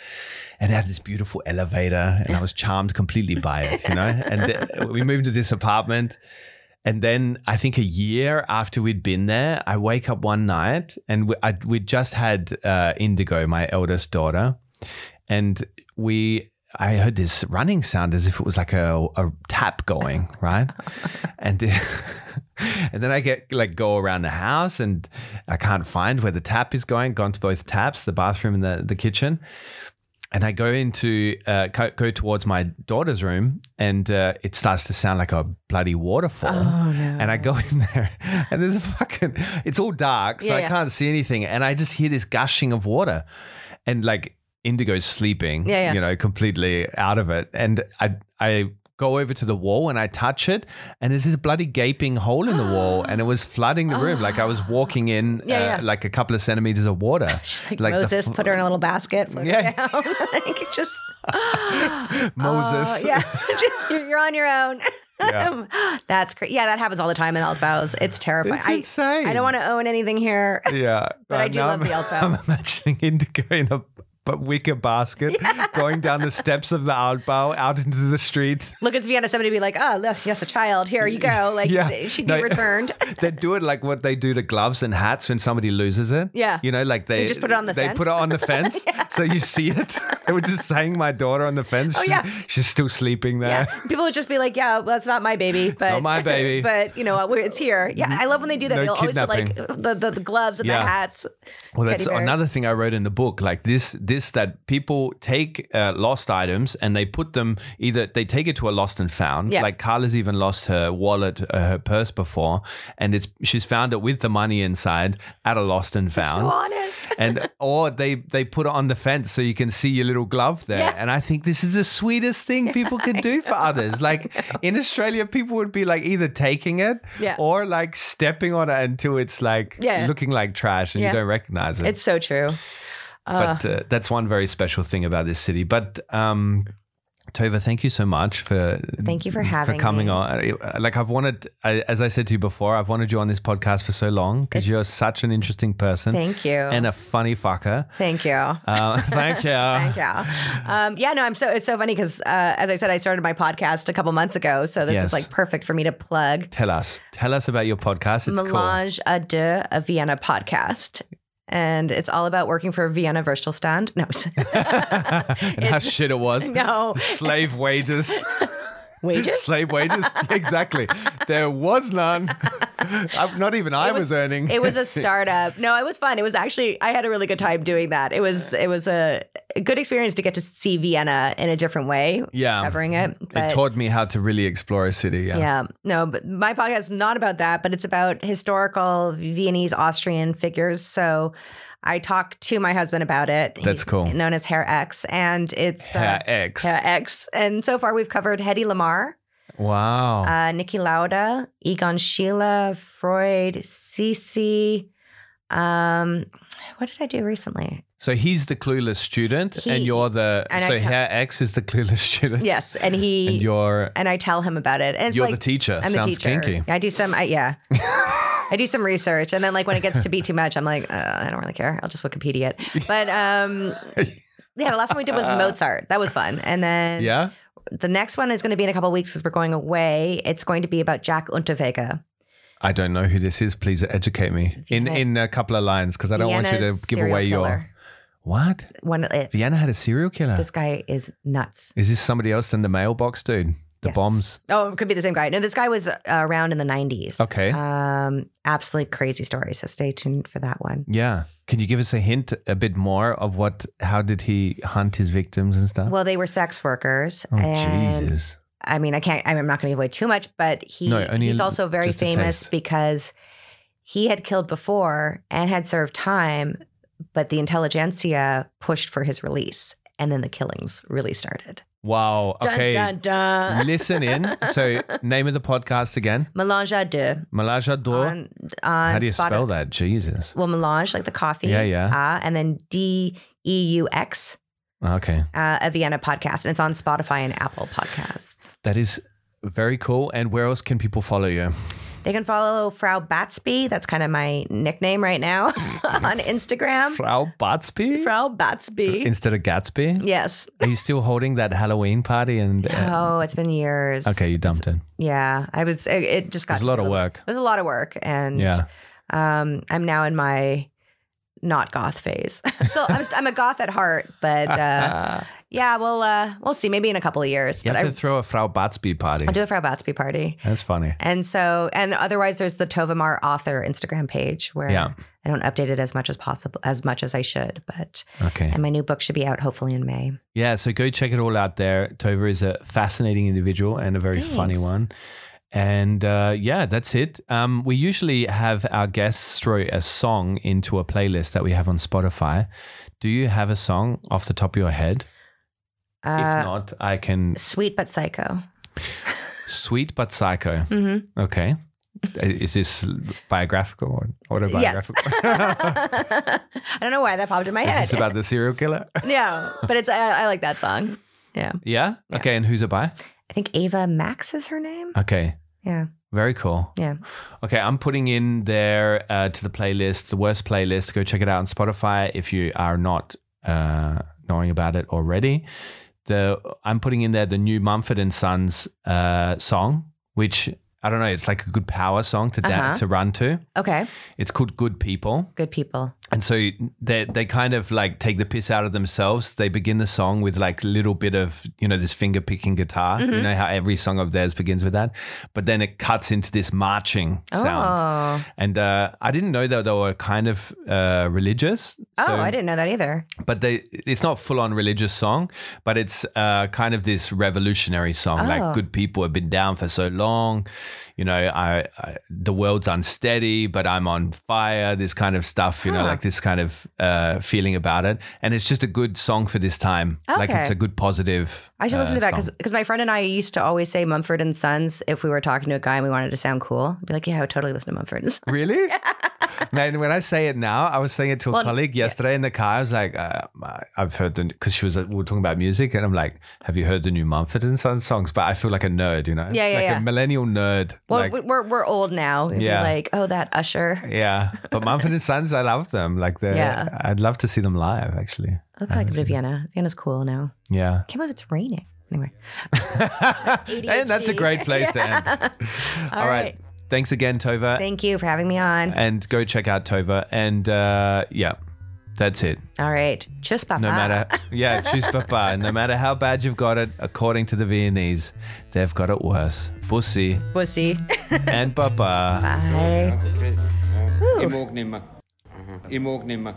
[SPEAKER 5] and it had this beautiful elevator, and I was charmed completely by it, you know. And th- we moved to this apartment. And then I think a year after we'd been there, I wake up one night and we, I, we just had uh, Indigo, my eldest daughter, and we I heard this running sound as if it was like a, a tap going right, and and then I get like go around the house and I can't find where the tap is going. Gone to both taps, the bathroom and the the kitchen, and I go into uh, co- go towards my daughter's room, and uh, it starts to sound like a bloody
[SPEAKER 1] Oh,
[SPEAKER 5] waterfall.
[SPEAKER 1] Uh-huh.
[SPEAKER 5] And I go in there, and there's a fucking. It's all dark, so
[SPEAKER 1] Yeah,
[SPEAKER 5] I
[SPEAKER 1] yeah.
[SPEAKER 5] can't see anything, and I just hear this gushing of water, and like Indigo's sleeping,
[SPEAKER 1] Yeah, yeah.
[SPEAKER 5] you know, completely out of it, and I I go over to the wall and I touch it, and there's this bloody gaping hole in the wall, and it was flooding the room, like I was walking in
[SPEAKER 1] Yeah,
[SPEAKER 5] uh,
[SPEAKER 1] yeah. Oh,
[SPEAKER 5] like a couple of centimeters of water.
[SPEAKER 1] She's like,
[SPEAKER 5] the
[SPEAKER 1] Moses
[SPEAKER 5] fl-
[SPEAKER 1] put her in a little basket. float her
[SPEAKER 5] Yeah.
[SPEAKER 1] down. like it just Oh,
[SPEAKER 5] Moses.
[SPEAKER 1] yeah, just you're, you're on your own. That's great. Yeah, that happens all the time in Altbau's. It's terrifying.
[SPEAKER 5] It's
[SPEAKER 1] I-
[SPEAKER 5] insane.
[SPEAKER 1] I, don't want to own anything here.
[SPEAKER 5] Yeah. Uh,
[SPEAKER 1] But I do
[SPEAKER 5] now
[SPEAKER 1] love
[SPEAKER 5] I'm-
[SPEAKER 1] the Altbau.
[SPEAKER 5] I'm imagining Indigo in a b- wicker basket going down the steps of the Altbau out into the streets.
[SPEAKER 1] Look at Vienna, somebody would be like, "Oh, yes, yes, a child. Here you go." Like
[SPEAKER 5] Yeah.
[SPEAKER 1] she'd
[SPEAKER 5] No.
[SPEAKER 1] be returned.
[SPEAKER 5] They do it like what they do to gloves and hats when somebody loses it.
[SPEAKER 1] Yeah.
[SPEAKER 5] You know, like they,
[SPEAKER 1] just put it on the
[SPEAKER 5] they
[SPEAKER 1] fence.
[SPEAKER 5] put it on the fence. So you see it. They were just saying my daughter on the fence. Oh, she's,
[SPEAKER 1] yeah.
[SPEAKER 5] She's still sleeping there.
[SPEAKER 1] Yeah. People would just be like, "Yeah, well, that's not my baby, but
[SPEAKER 5] not my baby.
[SPEAKER 1] but you know, uh, we're- it's here." Yeah, I love when they do that.
[SPEAKER 5] No
[SPEAKER 1] They'll always put
[SPEAKER 5] kidnapping.
[SPEAKER 1] like the, the, the gloves and
[SPEAKER 5] Yeah.
[SPEAKER 1] the hats.
[SPEAKER 5] Well, that's
[SPEAKER 1] teddy bears.
[SPEAKER 5] another thing I wrote in the book. Like this, this that people take uh, lost items and they put them either they take it to a lost and found.
[SPEAKER 1] Yeah.
[SPEAKER 5] Like Carla's even lost her wallet, uh, her purse before, and it's she's found it with the money inside at a lost and
[SPEAKER 1] So
[SPEAKER 5] found.
[SPEAKER 1] honest.
[SPEAKER 5] and or they they put it on the fence so you can see your little glove there.
[SPEAKER 1] Yeah.
[SPEAKER 5] And I think this is the sweetest thing people can do for others. Like in Australia, people would be like either taking it
[SPEAKER 1] Yeah.
[SPEAKER 5] or like stepping on it until it's like
[SPEAKER 1] Yeah.
[SPEAKER 5] looking like trash and
[SPEAKER 1] Yeah.
[SPEAKER 5] you don't recognize it
[SPEAKER 1] It's so true.
[SPEAKER 5] but uh, that's one very special thing about this city. But um, Tova, thank you so much for
[SPEAKER 1] Thank you for having
[SPEAKER 5] for coming
[SPEAKER 1] me.
[SPEAKER 5] on. I- Like I've wanted, I, as I said to you before, I've wanted you on this podcast for so long because
[SPEAKER 1] It's-
[SPEAKER 5] you're such an interesting person.
[SPEAKER 1] Thank you.
[SPEAKER 5] and a funny fucker.
[SPEAKER 1] Thank you.
[SPEAKER 5] Uh, thank you.
[SPEAKER 1] Thank you. Um, yeah, no, I'm so it's so funny because uh, as I said, I started my podcast a couple months ago, so this
[SPEAKER 5] Yes.
[SPEAKER 1] is like perfect for me to plug.
[SPEAKER 5] Tell us, tell us about your podcast. It's cool.
[SPEAKER 1] Melange à deux, a Vienna podcast. And it's all about working for Vienna Stand. No, it's-
[SPEAKER 5] and how shit it was.
[SPEAKER 1] no
[SPEAKER 5] Slave wages.
[SPEAKER 1] wages.
[SPEAKER 5] Slave wages. exactly. There was none. I've- Not even I was, earning.
[SPEAKER 1] It was a startup. No, it was fun. It was actually I had a really good time doing that. It was it was a, a good experience to get to see Vienna in a different way.
[SPEAKER 5] Yeah.
[SPEAKER 1] covering it.
[SPEAKER 5] It
[SPEAKER 1] But-
[SPEAKER 5] taught me how to really explore a city. Yeah.
[SPEAKER 1] Yeah. No, but my podcast is not about that, but it's about historical Viennese Austrian figures. So I talk to my husband about it.
[SPEAKER 5] That's
[SPEAKER 1] He's
[SPEAKER 5] cool.
[SPEAKER 1] Known as Hair X. And it's
[SPEAKER 5] Hair
[SPEAKER 1] uh,
[SPEAKER 5] X.
[SPEAKER 1] Hair X. And so far we've covered Hedy uh, Lamar,
[SPEAKER 5] Wow.
[SPEAKER 1] uh, Nikki Lauda, Egon Sheila, Freud, Cece, Um, what did I do recently?
[SPEAKER 5] So he's the clueless student, and
[SPEAKER 1] He-
[SPEAKER 5] you're the
[SPEAKER 1] and I
[SPEAKER 5] so
[SPEAKER 1] tell-
[SPEAKER 5] her ex is the clueless student.
[SPEAKER 1] Yes, and he
[SPEAKER 5] and you're
[SPEAKER 1] and I tell him about it. And it's
[SPEAKER 5] you're
[SPEAKER 1] like
[SPEAKER 5] the teacher.
[SPEAKER 1] I'm
[SPEAKER 5] Sounds
[SPEAKER 1] the teacher.
[SPEAKER 5] kinky.
[SPEAKER 1] I do some. I, yeah. I do some research, and then like when it gets to be too much, I'm like, uh, I don't really care. I'll just Wikipedia it. But um, yeah, the last one we did was Mozart. That was fun. And then
[SPEAKER 5] Uh. Yeah,
[SPEAKER 1] the next one is going to be in a couple of weeks because we're going away. It's going to be about Jack Unterweger.
[SPEAKER 5] I don't know who this is. Please educate me in
[SPEAKER 1] Vienna-
[SPEAKER 5] in a couple of lines because I don't want you
[SPEAKER 1] Vienna's
[SPEAKER 5] to give
[SPEAKER 1] serial
[SPEAKER 5] away your
[SPEAKER 1] killer.
[SPEAKER 5] what.
[SPEAKER 1] One, it,
[SPEAKER 5] Vienna had a serial killer.
[SPEAKER 1] this guy is nuts.
[SPEAKER 5] is this somebody else than the mailbox dude? The
[SPEAKER 1] Yes.
[SPEAKER 5] bombs.
[SPEAKER 1] Oh, it could be the same guy. No, this guy was uh, around in the 90s.
[SPEAKER 5] Okay.
[SPEAKER 1] Um, absolutely crazy story. So stay tuned for that one.
[SPEAKER 5] Yeah. Can you give us a hint, a bit more of what? How did he hunt his victims and stuff?
[SPEAKER 1] Well, they were sex workers.
[SPEAKER 5] oh
[SPEAKER 1] and
[SPEAKER 5] Jesus!
[SPEAKER 1] I mean, I can't. I'm not going to give away too much, but he
[SPEAKER 5] No, only
[SPEAKER 1] he's
[SPEAKER 5] a-
[SPEAKER 1] also very
[SPEAKER 5] just a
[SPEAKER 1] famous
[SPEAKER 5] taste.
[SPEAKER 1] because he had killed before and had served time, but the intelligentsia pushed for his release, and then the killings really started.
[SPEAKER 5] Wow.
[SPEAKER 1] Dun
[SPEAKER 5] Okay.
[SPEAKER 1] dun dun.
[SPEAKER 5] Listen in. So, name of the podcast again?
[SPEAKER 1] Melange à deux
[SPEAKER 5] Melange à deux.
[SPEAKER 1] on, on
[SPEAKER 5] How do you
[SPEAKER 1] Spotify.
[SPEAKER 5] spell that? Jesus.
[SPEAKER 1] Well, melange like the coffee.
[SPEAKER 5] Yeah, yeah.
[SPEAKER 1] Ah, and then D E U X,
[SPEAKER 5] Okay.
[SPEAKER 1] uh, a Vienna podcast, and it's on Spotify and Apple Podcasts.
[SPEAKER 5] That is very cool. And where else can people follow you?
[SPEAKER 1] They can follow Frau Batsby. That's kind of my nickname right now on Instagram.
[SPEAKER 5] Frau Batsby?
[SPEAKER 1] Frau Batsby.
[SPEAKER 5] Instead of Gatsby?
[SPEAKER 1] Yes.
[SPEAKER 5] Are you still holding that Halloween party? And uh,
[SPEAKER 1] Oh, it's been years.
[SPEAKER 5] Okay, you dumped it.
[SPEAKER 1] Yeah, I was. It, it just got
[SPEAKER 5] It was a
[SPEAKER 1] to
[SPEAKER 5] lot
[SPEAKER 1] be
[SPEAKER 5] of work.
[SPEAKER 1] It was a lot of work, and
[SPEAKER 5] Yeah.
[SPEAKER 1] um, I'm now in my not goth phase. so I'm, st- I'm a goth at heart, but uh, yeah, we'll uh, we'll see. Maybe in a couple of years,
[SPEAKER 5] You
[SPEAKER 1] but
[SPEAKER 5] have
[SPEAKER 1] I,
[SPEAKER 5] to throw a Frau Batsby party.
[SPEAKER 1] I'll do a Frau Batsby party.
[SPEAKER 5] That's funny.
[SPEAKER 1] And so, and otherwise, there's the Tovamar author Instagram page where
[SPEAKER 5] Yeah.
[SPEAKER 1] I don't update it as much as possible, as much as I should. But
[SPEAKER 5] Okay.
[SPEAKER 1] and my new book should be out hopefully in May.
[SPEAKER 5] Yeah, so go check it all out there. Tova is a fascinating individual and a very funny
[SPEAKER 1] Thanks.
[SPEAKER 5] one. And uh, yeah, that's it. Um, we usually have our guests throw a song into a playlist that we have on Spotify. Do you have a song off the top of your head? if
[SPEAKER 1] Uh,
[SPEAKER 5] not, I can.
[SPEAKER 1] Sweet but psycho.
[SPEAKER 5] Sweet but Psycho.
[SPEAKER 1] hmm
[SPEAKER 5] Okay. Is this biographical or
[SPEAKER 1] Mm-hmm. Yes.
[SPEAKER 5] autobiographical?
[SPEAKER 1] I don't know why that popped in my
[SPEAKER 5] Is
[SPEAKER 1] head.
[SPEAKER 5] this about the serial killer?
[SPEAKER 1] no, but it's uh, I, I like that song. Yeah,
[SPEAKER 5] Yeah? Okay. And who's it by?
[SPEAKER 1] I think Ava Max is her name.
[SPEAKER 5] Okay.
[SPEAKER 1] Yeah,
[SPEAKER 5] Very cool.
[SPEAKER 1] yeah.
[SPEAKER 5] Okay, I'm putting in there uh, to the playlist, the worst playlist. Go check it out on Spotify if you are not uh, knowing about it already. The I'm putting in there the new Mumford and Sons uh, song, which I don't know. It's like a good power song to da-
[SPEAKER 1] Uh-huh.
[SPEAKER 5] to run to.
[SPEAKER 1] Okay,
[SPEAKER 5] It's called Good People.
[SPEAKER 1] good people.
[SPEAKER 5] And so they they kind of like take the piss out of themselves. They begin the song with like little bit of you know this finger picking guitar. You
[SPEAKER 1] Mm-hmm.
[SPEAKER 5] know how every song of theirs begins with that, but then it cuts into this marching sound.
[SPEAKER 1] Oh,
[SPEAKER 5] And uh, I didn't know that they were kind of uh, religious.
[SPEAKER 1] oh,
[SPEAKER 5] So-
[SPEAKER 1] I didn't know that either.
[SPEAKER 5] But they it's not full on religious song, but it's uh, kind of this revolutionary song.
[SPEAKER 1] Oh.
[SPEAKER 5] Like good people have been down for so long, you know. I, I the world's unsteady, but I'm on fire. This kind of stuff, you know,
[SPEAKER 1] Huh.
[SPEAKER 5] like this kind of uh, feeling about it, and it's just a good song for this time. Like
[SPEAKER 1] Okay.
[SPEAKER 5] it's a good positive.
[SPEAKER 1] I should listen
[SPEAKER 5] uh,
[SPEAKER 1] to that
[SPEAKER 5] song.
[SPEAKER 1] because my friend and I used to always say Mumford and Sons if we were talking to a guy and we wanted to sound cool. I'd be like, yeah, I would totally listen to Mumford and Sons.
[SPEAKER 5] Really? Man, when I say it now, I was saying it to a colleague yesterday in the car. I was like, uh, I've heard the because she was uh, we were talking about music, and I'm like, Have you heard the new Mumford and Sons songs? But I feel like a nerd, you know?
[SPEAKER 1] Yeah, yeah,
[SPEAKER 5] Like
[SPEAKER 1] yeah.
[SPEAKER 5] a millennial nerd.
[SPEAKER 1] Well,
[SPEAKER 5] like,
[SPEAKER 1] we- we're we're old now. We'd be
[SPEAKER 5] Yeah.
[SPEAKER 1] like, oh, that Usher.
[SPEAKER 5] yeah, but Mumford and Sons, I love them. Like, they're,
[SPEAKER 1] Yeah.
[SPEAKER 5] I'd love to see them live. Actually,
[SPEAKER 1] Look how I can go to Vienna. Vienna's cool now.
[SPEAKER 5] yeah.
[SPEAKER 1] Can't believe it's raining. Anyway,
[SPEAKER 5] and that's a great place to end. All right.
[SPEAKER 1] right.
[SPEAKER 5] thanks again, Tova,
[SPEAKER 1] thank you for having me on.
[SPEAKER 5] and go check out Tova. And uh, yeah, that's it.
[SPEAKER 1] All right, tschüss, Papa.
[SPEAKER 5] No matter, yeah, choose papa. No matter how bad you've got it, according to the Viennese, they've got it worse. Pussy
[SPEAKER 1] We'll see.
[SPEAKER 5] and papa.
[SPEAKER 1] Bye.
[SPEAKER 7] Ich mag nicht mehr. Ich mag nicht mehr.